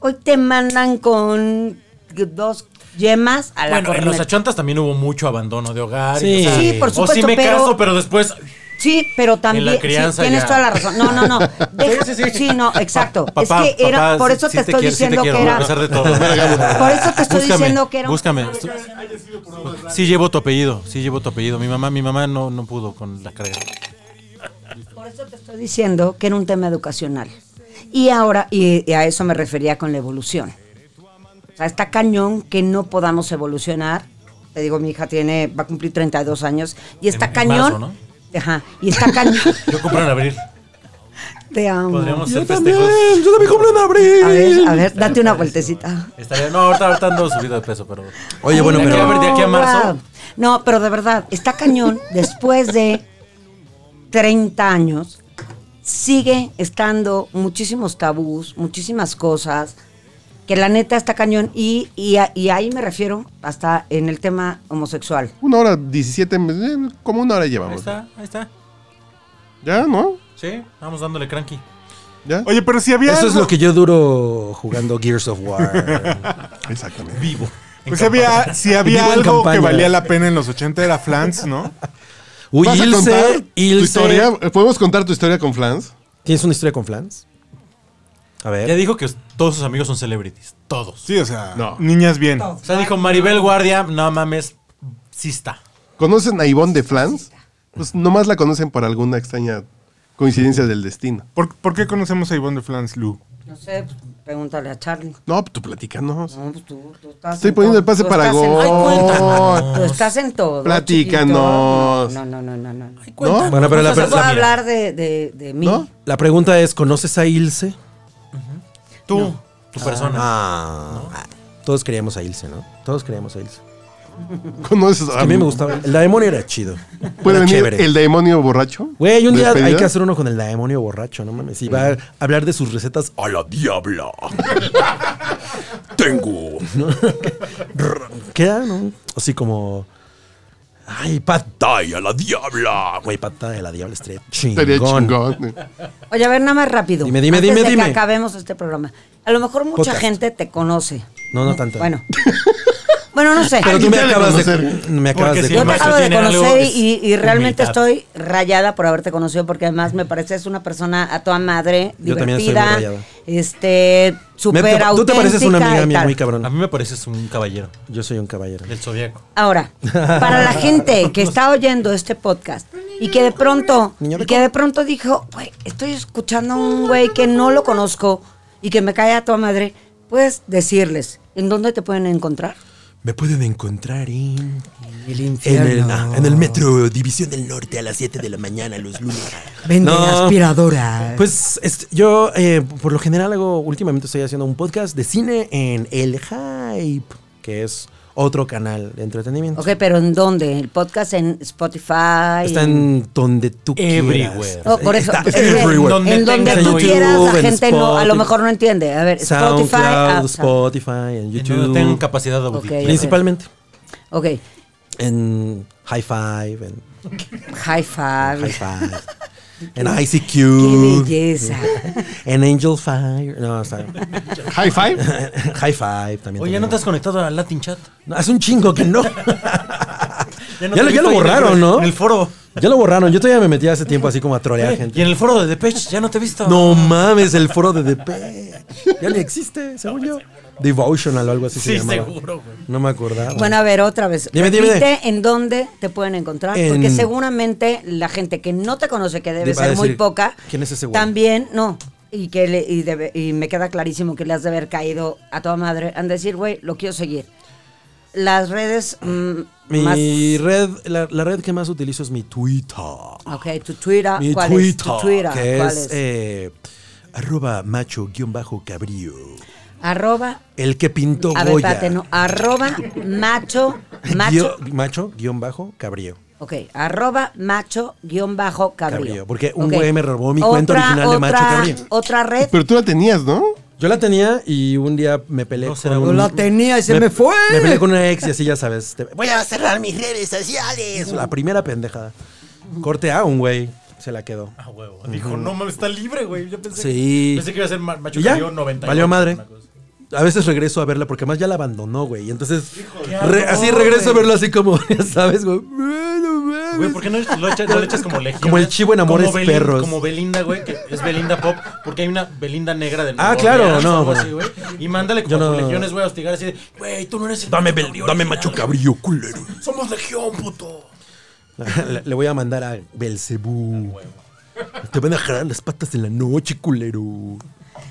I: Hoy te mandan con dos yemas a la
D: Bueno, en
I: corneta.
D: los ochentas también hubo mucho abandono de hogar.
B: Sí.
D: y, o sea,
B: Sí,
I: por
D: O sí
I: supuesto,
D: me
I: pero-
D: caso, pero después.
I: Sí, pero también sí,
D: crianza
I: tienes
D: ya.
I: toda la razón.
D: [LAUGHS]
I: No, no, no. Deja- sí,
D: Sí, sí, sí.
I: no, exacto.
D: Pa- papá,
I: es que era
D: papá,
I: por eso
D: sí
I: te estoy
D: quiero, sí
I: diciendo
D: quiero,
I: que era
D: A pesar de todo.
I: [LAUGHS] Por eso te estoy diciendo que era un-
D: Búscame. Sí llevo tu apellido, sí llevo tu apellido. Mi mamá, mi mamá no, no pudo con la carga.
I: Por eso te estoy diciendo que era un tema educacional. Y ahora, y, y a eso me refería con la evolución. O sea, está cañón que no podamos evolucionar. Te digo, mi hija tiene, va a cumplir 32 años. Y está
D: En- en
I: cañón.
D: marzo, ¿no?
I: Ajá. Y está cañón. [LAUGHS]
D: Yo compré en abril.
I: Te amo.
D: Podríamos
B: Yo
D: hacer
B: también,
D: festejos.
B: yo también compro en abril.
I: A ver,
D: [LAUGHS]
I: a ver, date una vueltecita.
D: Estaría, no, ahorita, ahorita ando subido de peso, pero.
B: Oye, bueno,
D: De
I: Ay,
D: aquí a-
B: pero.
D: de aquí a marzo.
I: wow.
D: [LAUGHS]
I: No, pero de verdad, está cañón. Después de 30 años, sigue estando muchísimos tabús, muchísimas cosas, que la neta está cañón. Y, y, a- y ahí me refiero hasta en el tema homosexual.
C: Una hora 17, eh, como una hora
D: Ahí
C: llevamos.
D: está, ahí está.
C: ¿Ya, no?
D: Sí, vamos dándole cranky.
C: ¿Ya?
A: Oye, pero si había
B: Eso es
A: algo,
B: lo que yo duro jugando Gears of
I: [LAUGHS]
B: War.
C: Exactamente.
D: Vivo.
A: pues si había, si había
B: Vivo en
A: algo que
B: campaña.
A: valía la pena en los 80 era Flans, ¿no?
B: Uy,
C: ¿Vas a contar
B: Ilse,
C: tu
B: Ilse.
C: historia? ¿Podemos contar tu historia con Flans?
B: ¿Tienes una historia con Flans? A
D: Ya
B: ver.
D: dijo que todos sus amigos son celebrities. Todos.
A: Sí, o sea,
C: No.
A: niñas bien.
D: O sea, dijo Maribel Guardia, no mames, sí está.
C: ¿Conocen a Ivonne de Flans? Pues nomás la conocen por alguna extraña coincidencia del destino.
A: ¿Por, por qué conocemos a Ivonne de Flans, Lu?
I: No sé, pues, pregúntale a Charlie.
C: No, tú platícanos.
I: No, pues tú, tú estás
C: Estoy
I: en
C: poniendo
I: todo.
C: el pase
I: Tú
C: para
I: estás en-
C: gol.
I: Ay, cuéntanos. Tú estás en todo.
C: Platícanos.
I: chiquito. No, no, no, no. no, no.
D: Ay,
C: cuéntanos,
B: Bueno, pero la
I: No se puede
B: persona-
I: hablar de, de, de mí.
C: ¿No?
B: La pregunta es, ¿conoces a Ilse?
D: Tú, tu persona.
B: Ah. Todos queríamos a Ilse, ¿no? Todos queríamos a Ilse.
C: ¿Conoces
B: Que a mí me gustaba. El demonio era chido.
C: ¿Puede
B: Era
C: venir
B: chévere.
C: el demonio borracho?
B: Güey, un día hay
C: ¿Despedida?
B: que hacer uno con el demonio borracho, no mames. Y va a hablar de sus recetas a la diabla. [LAUGHS] Tengo. ¿no? [LAUGHS] Queda, ¿no? Así como. Ay, pataya a la diabla. Güey, pataya a la diabla estaría
C: Sería
B: chingón.
C: chingón.
I: Oye, a ver, nada más rápido.
B: Dime, dime,
I: antes
B: dime,
I: de
B: dime.
I: que acabemos este programa. A lo mejor mucha
B: Podcast.
I: gente te conoce.
B: No, no tanto. [LAUGHS]
I: Bueno. bueno, no sé.
B: Pero tú
C: Ay,
B: me
C: ya le
B: acabas de.
C: conocer.
B: Me acabas
D: Porque
B: de.
D: si
I: Yo
D: el
I: te
D: maestro
I: acabo de
D: tiene algo,
I: conocer y,
D: es
I: y- y realmente
D: humildad.
I: estoy rayada por haberte conocido porque además me pareces una persona a toda madre,
B: Yo también estoy muy
I: divertida,
B: rayado.
I: este,
B: Me-
I: súper auténtica.
B: Tú te pareces una
I: y
B: amiga mía
I: tal.
B: muy cabrón.
D: A mí me pareces un caballero
B: Yo soy un caballero.
D: del zodiaco.
I: Ahora, para la gente que está oyendo este podcast y que de pronto,
B: Niño de
I: y que de pronto dijo, güey, estoy escuchando a un güey que no lo conozco y que me cae a toda madre, puedes decirles en dónde te pueden encontrar.
B: Me pueden encontrar en.
I: El
B: En el, ah, en el metro División del Norte a las 7 de la mañana los lunes.
I: Vende
B: No.
I: aspiradoras.
B: Pues este, yo, eh, por lo general, hago. Últimamente estoy haciendo un podcast de cine en El Hype, que es otro canal de entretenimiento.
I: Ok, pero ¿en dónde? ¿El podcast en Spotify?
B: Está en donde tú
D: Everywhere.
B: quieras.
I: No, Oh, por eso. pues,
B: Está
I: es que
B: everywhere.
D: Donde
I: en donde
D: tengas
I: tú
D: YouTube,
I: quieras, la
B: en
I: gente no, a lo
B: Spotify.
I: mejor no entiende. A ver,
B: SoundCloud,
I: Spotify. ah,
B: Spotify, en
D: En
B: YouTube.
D: donde tengan capacidad auditiva.
I: Ok.
B: principalmente
I: ok,
B: en High Five, en
I: high
B: High
I: five. [LAUGHS]
B: Five, en
I: Qué
B: ICQ, [LAUGHS]
I: belleza.
B: en Angel Fire. No, o sea,
C: High five.
B: [LAUGHS] High Five también.
D: Oye, ¿no te has conectado a Latin Chat?
B: No, hace un chingo que no.
D: [LAUGHS]
B: Ya
D: Ya, te
B: lo-
D: he
B: ya
D: visto
B: lo
D: ahí en el-
B: borraron, ¿no?
D: En el foro.
B: ya lo borraron. Yo todavía me metí hace tiempo así como a trolear
D: Y
B: gente.
D: en el foro de Depeche, ya no te he visto.
B: No mames, el foro de DP. Ya ni existe, según yo. Devotional o algo así se
D: Sí,
B: llamaba.
D: seguro, güey.
B: No me acordaba.
I: Bueno, a ver, otra vez.
B: Dime, dime.
I: Repite en dónde te pueden encontrar.
B: En-
I: Porque seguramente la gente que no te conoce, que debe
B: Va a
I: ser muy
B: decir,
I: poca,
B: ¿quién es ese güey?
I: también, no. Y, que le- y, debe- y me queda clarísimo que le has de haber caído a toda madre. Han de decir, güey, lo quiero seguir. Las redes mm, más.
B: Mi red, la, la red que más utilizo es mi Twitter.
I: Ok, tu Twitter.
B: Mi
I: Ah, ¿cuál
B: Twitter,
I: es? Tu Twitter.
B: que
I: ¿cuál
B: es, eh, arroba macho-cabrío.
I: Arroba.
B: El que pintó
I: A ver,
B: Goya. [LAUGHS]
I: espérate, no. Arroba macho. Macho.
B: Guio- Macho-cabrío.
I: Ok, arroba macho guión bajo cabrío.
B: Cabrío, porque un
I: Ok.
B: güey me robó mi cuenta original de macho cabrío.
I: Otra red.
C: Pero tú la tenías, ¿no?
B: Yo la tenía y un día me peleé
D: No, será
B: con...
D: un-
I: la tenía y se me, fue.
B: Me peleé con una ex y así ya sabes. te- voy a cerrar mis redes sociales. La primera pendejada. Corte a un güey. Se la quedó.
D: Ah, huevo. Dijo, no mames, está libre, güey. Yo pensé,
B: Sí.
D: pensé que iba a ser ma- macho
B: Y ya,
D: cabrío 90.
B: valió madre. A veces regreso a verla porque además ya la abandonó, güey. Y entonces, re- así regreso a verla así como, [LAUGHS] ya sabes, güey. No mames.
D: Güey, ¿por qué no lo echas, no le echas como legión?
B: Como el chivo en Amores
D: Como Belin-
B: Perros.
D: Como Belinda, güey, que es Belinda Pop, porque hay una Belinda negra del
B: Ah,
D: Nuevo
B: claro,
D: Orleans,
B: no,
D: algo
B: güey.
D: así, güey. y mándale como
B: Yo no-
D: tus legiones, güey, a hostigar así de, güey, tú no eres el
B: Dame,
D: macho
B: bel-
D: cabrío
B: dame
D: original,
B: macho
D: güey.
B: cabrío, culero. [LAUGHS]
D: Somos legión, puto.
B: Le, le voy a mandar a Belcebú. Te van a jalar las patas en la noche, culero.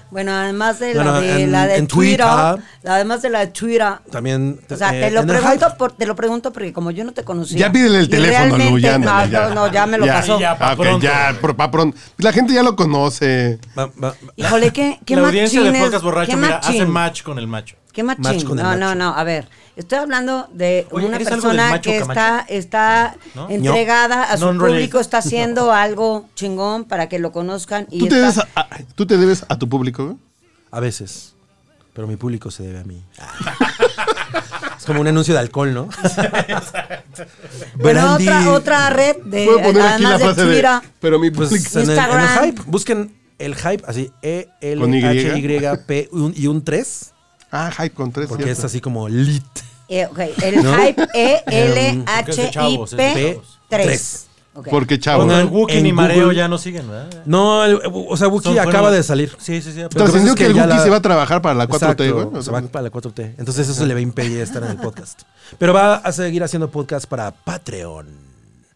I: Bueno, además de
B: Bueno,
I: la de,
B: en-
I: la de
B: en
I: Twitter,
B: Twitter. ah.
I: Además de la de Twitter.
B: También.
I: O sea,
B: eh,
I: te, lo
B: en el
I: pregunto
B: hype.
I: por, te lo pregunto porque como yo no te conocía.
C: Ya pídele el
I: y
C: teléfono, Lu.
I: realmente-
C: Ya,
I: no,
C: ándale,
I: no, no, ya me lo pasó.
D: ya, pa'
C: Ah, ok,
D: pronto.
C: ya, por- pa' pronto. La gente ya lo conoce.
B: Va- va-
I: Híjole, qué, qué
D: La audiencia de
I: machín es-
D: podcast borracho,
I: qué
D: mira, hace
I: machín.
D: match con el macho.
I: ¿Qué machín?
B: Match con el
I: no, no,
B: macho.
I: no, a ver. Estoy hablando de
D: Oye,
I: una
D: ¿eres algo del
I: persona
D: macho
I: que
D: Camacho?
I: está, está
D: ¿No?
I: entregada a su
D: Non-related.
I: público, está haciendo algo chingón para que lo conozcan y
C: ¿Tú te,
I: está-
C: debes a, a- tú te debes a tu público, güey?
B: A veces. Pero mi público se debe a mí. es como un anuncio de alcohol,
I: [LAUGHS]
B: ¿no?
I: Pero
B: Brandy.
I: otra, otra red de
C: Puedo poner aquí la
I: además de
C: frase de.
I: Twitter.
C: Pero mi
B: Pues en
C: público.
B: el, en el
I: Instagram.
B: hype, busquen el hype, así
C: Con Y.
B: E-L-H-Y-P un- y un 3,
C: Ah, hype con tres.
B: porque
C: cierto.
B: es así como lit.
I: Eh, ok, El
D: [LAUGHS]
I: hype
D: Eh,
I: E
D: Porque um, es de chavos, es de
I: E-L-H-I-P
D: chavos.
I: 3.
B: Tres.
C: Porque chavo.
B: Pongan
D: Bueno, el Wookiee
B: en
D: ni Mareo
B: Google.
D: ya no siguen, ¿verdad?
B: No, el- o sea, Wookie
D: Son- fueron-
B: acaba de salir.
D: Sí, sí, sí. pero-
C: Trascendió
B: Lo
C: que,
B: que pasa es que
C: el
B: ya
C: Wookiee
B: la-
C: se va a trabajar para la 4T,
B: Exacto,
C: güey. O
B: se
C: sea,
B: va para la 4T. Entonces eso le va a impedir estar en el podcast. Pero va a seguir haciendo podcast para Patreon.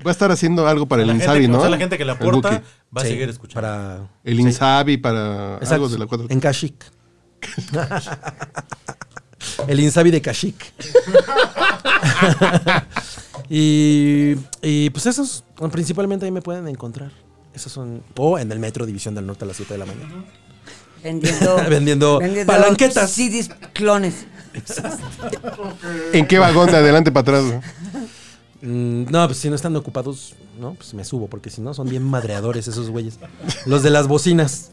C: Va a estar haciendo algo para el
D: la gente
C: Insabi,
D: que-
C: ¿no?
D: O sea, la gente que le
C: El
D: aporta
C: Wookiee.
D: va a
B: Sí,
D: seguir escuchando.
B: Para,
C: El Insabi para algo de la 4T.
B: En Kashik. [LAUGHS] el Insabi de Kashik. [LAUGHS] y, y, pues esos, principalmente ahí me pueden encontrar. Esos son. O en el Metro División del Norte a las 7 de la mañana.
D: [LAUGHS]
I: Vendiendo,
B: Vendiendo palanquetas.
I: CDs clones.
C: ¿En qué vagón de adelante para atrás? güey?
B: Mm, no, pues si no están ocupados, ¿no? Pues me subo, porque si no son bien madreadores esos güeyes. Los de las bocinas.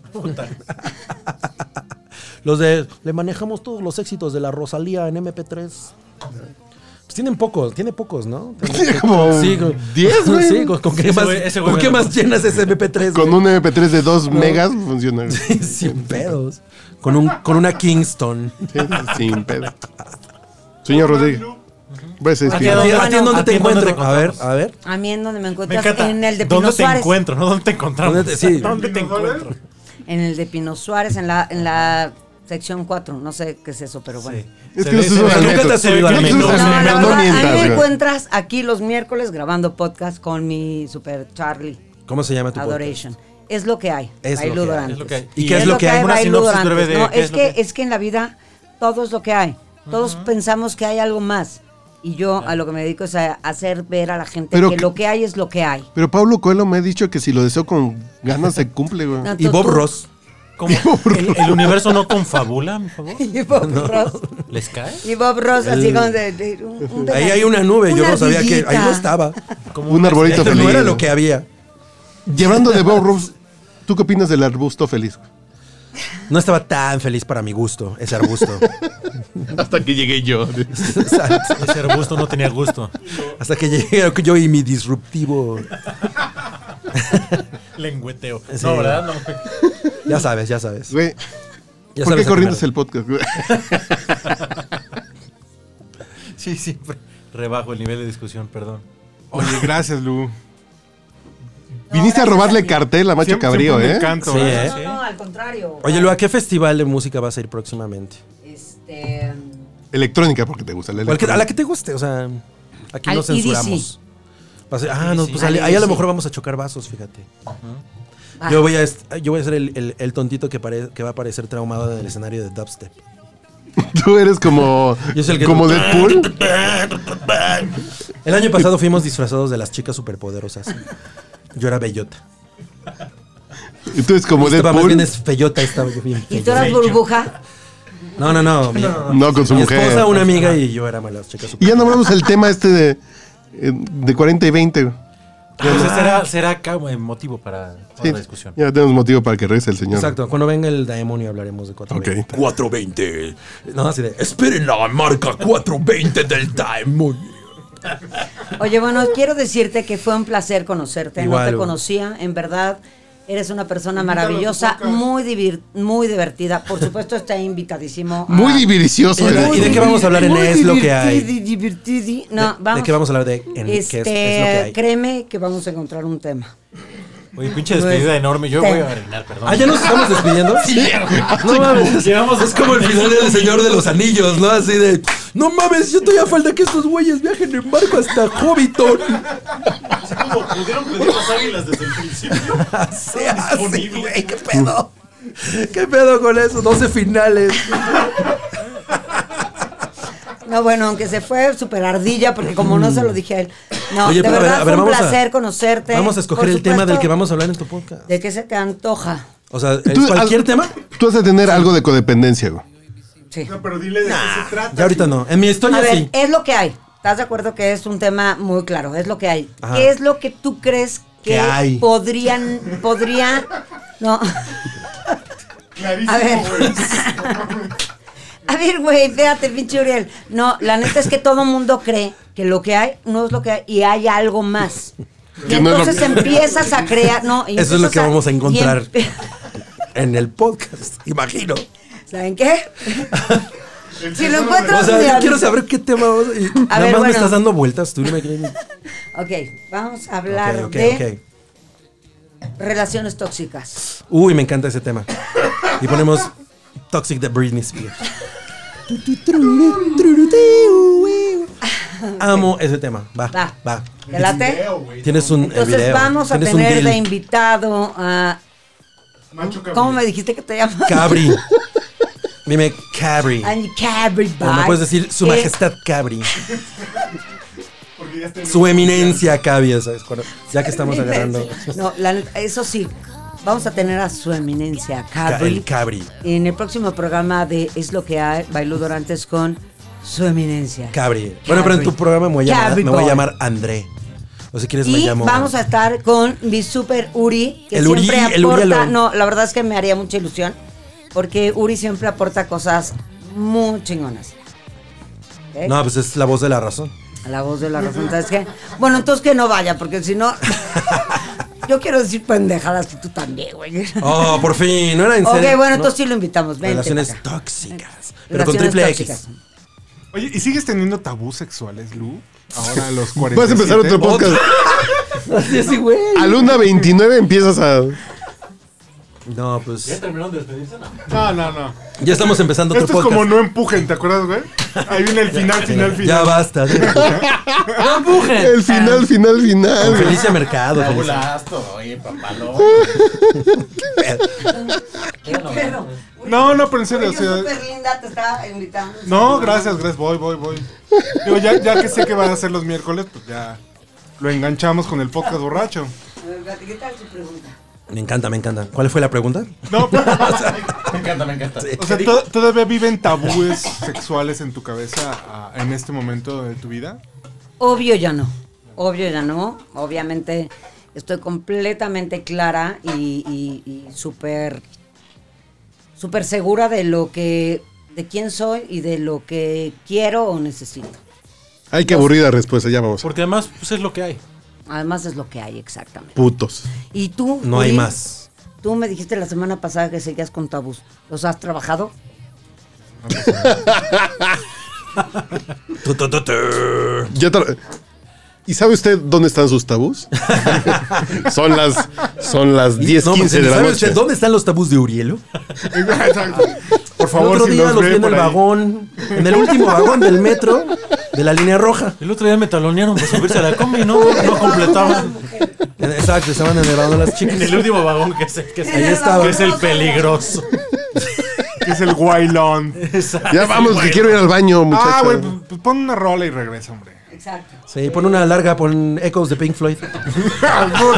B: Los de. Le manejamos todos los éxitos de la Rosalía en MP3. Pues tienen pocos, tiene pocos, ¿no?
C: Tiene como
B: Sí, con-
C: 10,
B: [LAUGHS]
C: güey.
B: Sí, con, con qué
D: Ese
B: más,
D: güey- ese
B: con
D: güey
B: qué
D: me lo-
B: más llenas ese MP3.
C: [LAUGHS] Con
B: güey?
C: un MP3 de 2 megas funciona. güey.
B: [LAUGHS] Sin pedos. Con, un, con una
D: [LAUGHS]
B: Kingston.
C: Sí, sin pedo. Señor Rodríguez. Pues, este,
D: ¿A ti a dónde-
B: ¿A ti en dónde
D: a
B: te
D: ti en dónde te
B: encuentro? A ver,
D: encontramos?
B: a ver.
I: A mí en donde me
D: Me
I: encuentras,
D: encanta.
I: en el de Pino
D: ¿Dónde te
I: Suárez.
D: encuentro? ¿no? ¿Dónde te encontramos?
B: ¿Dónde te- sí.
D: ¿Dónde te encuentro?
I: En el de Pino Suárez, en la, en la sección 4. No sé qué es eso, pero bueno.
C: Es
D: Se
C: que no
D: ve-
C: se
D: se ve
C: usan
D: que nunca
C: metros.
D: te has subido
C: No
D: al
C: se
D: metro.
C: usan
I: No, la
C: metros, no
I: verdad, a
C: mientas,
I: mí me
C: güey.
I: encuentras aquí los miércoles grabando podcast con mi super Charlie
B: ¿Cómo se llama tu podcast?
I: Adoration. Es lo que hay.
B: Es lo que
I: Bailú
B: hay,
I: Dorantes.
D: es lo que hay.
B: ¿Y qué es lo que hay?
D: Una
I: Bailú
D: sinopsis
I: Dorantes.
D: breve de
I: No,
D: qué
I: es,
D: es lo
I: que,
D: que-
I: es que en la vida todo es lo que hay. Todos pensamos que hay algo más. Y yo a lo que me dedico es a hacer ver a la gente
C: Pero
I: que
C: que-
I: lo que hay es lo que hay. [LAUGHS]
C: Pero Pablo Coelho me ha dicho que si lo deseo con ganas se cumple,
B: [LAUGHS]
C: güey.
I: No,
B: Y
I: tú-
B: Bob
I: tú-
B: Ross.
D: ¿Cómo? ¿El, el universo no confabula, mi favor?
I: Y Bob Ross.
D: ¿Les cae?
I: Y Bob Ross así como de, de- un- un
B: Ahí
I: pedacito.
B: hay una nube, yo no sabía que ahí
I: ardillita.
B: no estaba.
D: Como
C: Un arbolito
B: Esto
C: feliz.
B: no era lo que había.
C: Y
B: [LAUGHS]
C: hablando de Bob Ross, ¿tú qué opinas del arbusto feliz?
B: No estaba tan feliz para mi gusto, ese arbusto.
C: Hasta que llegué yo.
B: Exacto.
D: Ese arbusto no tenía gusto.
B: Hasta que llegué yo y mi disruptivo.
D: Lengüeteo.
B: Sí.
D: No, pues. ¿verdad? No.
B: Ya sabes, ya sabes.
C: Güey,
B: Ya
C: ¿por
B: sabes a
C: qué corrientes
B: qué me
C: el podcast? güey? [LAUGHS]
D: Sí, siempre rebajo el nivel de discusión, perdón.
A: Oye, gracias, Lu.
C: Viniste a robarle cartel a Macho
A: Siempre-
C: Cabrío,
A: siempre me
C: ¿eh?
A: encanta,
B: Sí,
A: ¿eh?
B: ¿eh?
I: No, no, al contrario.
B: Oye, Lu, ¿a qué festival de música vas a ir próximamente?
I: Este.
C: Electrónica, porque te gusta la
B: O al que-
C: electrónica.
B: a la que te guste, o sea, aquí
I: Al
B: no censuramos. Vas a- ah, no, pues
I: Al
B: ahí ahí a lo
I: IDC.
B: mejor vamos a chocar vasos, fíjate.
I: va.
B: Yo voy a, est- yo voy a ser el, el- el tontito que, pare- que va a parecer traumado en el escenario de dubstep.
C: [LAUGHS] Tú eres como,
B: [LAUGHS] Yo soy el que- [LAUGHS]
C: como Deadpool.
B: El año pasado fuimos disfrazados de las chicas superpoderosas. Yo era bellota.
C: Y tú eres como
B: Estaba Este más bien
C: Deadpool.
B: es feyota, estaba yo bien.
I: ¿Y tú
B: feyota.
I: eras burbuja?
B: No, no, no. Mi,
C: No, con su
B: mi
C: mujer.
B: esposa, una amiga y yo éramos las chicas
C: Y ya
B: superpoderosas.
C: nombramos el tema este de, eh, de 40 y 20. güey.
D: Entonces será, será acá eh, motivo para, para
C: Sí,
D: la discusión.
C: ya tenemos motivo para que regrese el señor.
B: Exacto, cuando venga el demonio hablaremos de 420.
C: Ok.
E: 420.
B: No, así de. "Es-
E: Esperen la marca 420 del Diamond.
I: Oye, bueno, quiero decirte que fue un placer conocerte. no
B: Igual,
I: te
B: güey.
I: conocía, en verdad. Eres una persona maravillosa, muy, divir- muy divertida. Por supuesto, está invitadísimo. a-
C: Muy diviricioso. eh.
B: ¿Y de-
C: eres.
B: y de qué vamos a hablar en
I: Muy
B: Es lo que hay?
I: divertidi, divertidi. No,
B: ¿De- de
I: vamos.
B: qué vamos a hablar de- en qué es-
I: este,
B: es lo que hay?
I: Créeme que vamos a encontrar un tema.
D: Oye, pinche despedida enorme. Yo voy a orinar, perdón.
B: Ah, ya nos estamos despidiendo. no mames.
D: Llevamos-
B: Pues es como el final del Señor de los Anillos, ¿no? Así de. No mames, yo todavía falta que estos güeyes viajen en barco hasta Hobbiton.
D: como pudieron pedir las águilas desde el principio.
B: Se hace, güey. ¿Qué pedo? ¿Qué pedo con eso? 12 finales.
I: No, bueno, aunque se fue súper ardilla, porque como no se lo dije a él. No,
B: Oye,
I: de
B: pero a ver,
I: verdad
B: a ver,
I: fue un
B: vamos a-
I: placer conocerte.
B: Vamos a escoger
I: Por
B: el tema del
I: supuesto,
B: que vamos a hablar en tu podcast.
I: ¿De qué se te antoja?
B: O sea,
C: Tú-
B: ¿es cualquier
C: al-
B: tema.
C: Tú vas a tener algo de codependencia, güey.
I: Sí.
A: No, pero dile de qué se trata.
B: Ya ahorita no. En mi
I: A
B: historia
I: ver,
B: sí.
I: es lo que hay. ¿Estás de acuerdo que es un tema muy claro? Es lo que hay.
B: Ajá.
I: ¿Qué es lo que tú crees que
B: ¿Qué hay?
I: podrían, podría, no,
A: Clarísimo,
I: A ver.
A: güey.
I: [LAUGHS] a ver, güey, fíjate, pinche Uriel. No, la neta es que todo mundo cree que lo que hay no es lo que hay y hay algo más. Y
C: Que no es lo
I: entonces
C: que-
I: empiezas a crear, no. y
B: Eso es lo
I: empiezas
B: que vamos a
I: y
B: encontrar
I: empe-
B: en el podcast, imagino. [LAUGHS]
I: ¿Saben qué?
A: El
I: Si lo
A: tesoro
I: encuentras-
B: O sea,
I: Mira,
B: yo quiero saber qué tema vamos a... y nada
I: ver,
B: más me
I: bueno.
B: estás dando vueltas, tú no
I: [LAUGHS]
B: me crees.
I: Ok, vamos a hablar
B: Ok, ok,
I: de
B: ok.
I: relaciones tóxicas.
B: Uy, me encanta ese tema. Y ponemos Toxic de Britney Spears. Amo ese tema. Va,
I: Va.
B: va.
I: ¿Te late?
A: video, güey.
B: Tienes un eh,
I: Entonces
B: video,
I: vamos a
B: tienes un
I: tener
B: deal.
I: de invitado a...
A: Macho cabrío.
I: ¿Cómo me dijiste que te llamas? [LAUGHS]
B: Cabri. Dime Cabri.
I: And Cabri
B: O me puedes decir su
I: Eh,
B: majestad Cabri.
A: Porque ya está en-
B: Su eminencia Cabri, eso es correcto. Ya que
I: [LAUGHS]
B: estamos agarrando
I: No, la neta, eso sí. Vamos a tener a su eminencia,
B: ca-
I: Cabri.
B: el Cabri.
I: en el próximo programa de Es lo que hay, Bailú Dorantes con su eminencia.
B: Cabri. Bueno, pero en tu programa me voy a llamar,
I: Cabri
B: me voy a
I: boy.
B: llamar André. O si quieres me
I: Y
B: llamo.
I: vamos a estar con mi super Uri, que
B: El Uri,
I: siempre
B: el Uri
I: aporta.
B: Alon.
I: no, la verdad es que me haría mucha ilusión, porque Uri siempre aporta cosas muy chingonas. ¿Ok?
B: No, pues es la voz de la razón.
I: A La voz de la razón, ¿sabes qué? Bueno, entonces que no vaya, porque si
B: [LAUGHS]
I: no. yo quiero decir pendejadas y tú también, güey.
B: Oh, por fin, no era en
I: ok,
B: serio.
I: bueno,
B: No.
I: entonces sí lo invitamos. Vente
B: Relaciones
I: para acá.
B: tóxicas. Pero con
I: Relaciones
B: triple
I: tóxicas.
B: X.
A: Oye, ¿y sigues teniendo tabús sexuales, Lu? Ahora a los 40.
C: Vas a empezar otro podcast.
B: [LAUGHS] Así es, güey.
C: A la 29 empiezas a.
B: No, pues.
D: terminaron de despedirse?
A: No,
D: No.
A: no, no.
B: Ya estamos empezando otro
A: Esto es
B: podcast.
A: como no empujen, ¿te acuerdas, güey? Ahí viene el final, final, final.
B: Ya basta. sí.
C: El final, final, final. güey.
B: Felicia Mercado. Felicia.
D: oye, papalo.
I: Pero,
A: No, no, pero en serio,
I: yo
A: o sea,
I: súper linda te estaba invitando.
A: No, gracias, gracias, voy, voy, voy. Digo, ya, ya que sé que van a ser los miércoles, pues ya lo enganchamos con el podcast borracho.
I: A ver, ¿Qué tal su pregunta?
B: Me encanta, me encanta. ¿Cuál fue la pregunta?
A: No, pero, [LAUGHS] o sea,
D: Me encanta, me encanta.
A: o sea, to- ¿todavía viven tabúes sexuales en tu cabeza ah, en este momento de tu vida?
I: Obvio ya no. Obvio ya no. Obviamente estoy completamente clara y, y- y súper súper segura de lo que de quién soy y de lo que quiero o necesito.
C: Ay, qué aburrida respuesta, ya vamos.
D: Porque además, pues es lo que hay.
I: Además es lo que hay exactamente.
C: Putos.
I: Y tú
B: No hay
I: Uri,
B: más.
I: Tú me dijiste la semana pasada que seguías con tabús. ¿Los has trabajado?
B: Tu, tu, tu, tu.
C: Ya tra- ¿Y sabe usted dónde están sus tabús? [LAUGHS] son las son las 10,
B: No, pues,
C: 15 de la
B: ¿sabe
C: noche. [LAUGHS]
B: usted dónde están los tabús de Urielo?
A: Exacto. Por
B: el
A: favor,
B: otro
A: si
B: día
A: nos
B: los
A: ven
B: vi en
A: por
B: el
A: ahí.
B: vagón, en el último vagón del metro de la línea roja.
D: El otro día me talonearon por subirse a la combi, ¿no? No completaban.
B: Exacto, estaban enredando las chicas.
D: En el último vagón que es el, que es,
B: Ahí estaba.
D: que es el peligroso.
A: que es el Wailon.
C: Ya vamos, que quiero ir al baño, muchachos.
A: Ah, güey, pues, pues pon una rola y regresa, hombre.
I: Exacto.
B: Sí, pon una larga, pon Echoes de Pink Floyd.
A: Puta.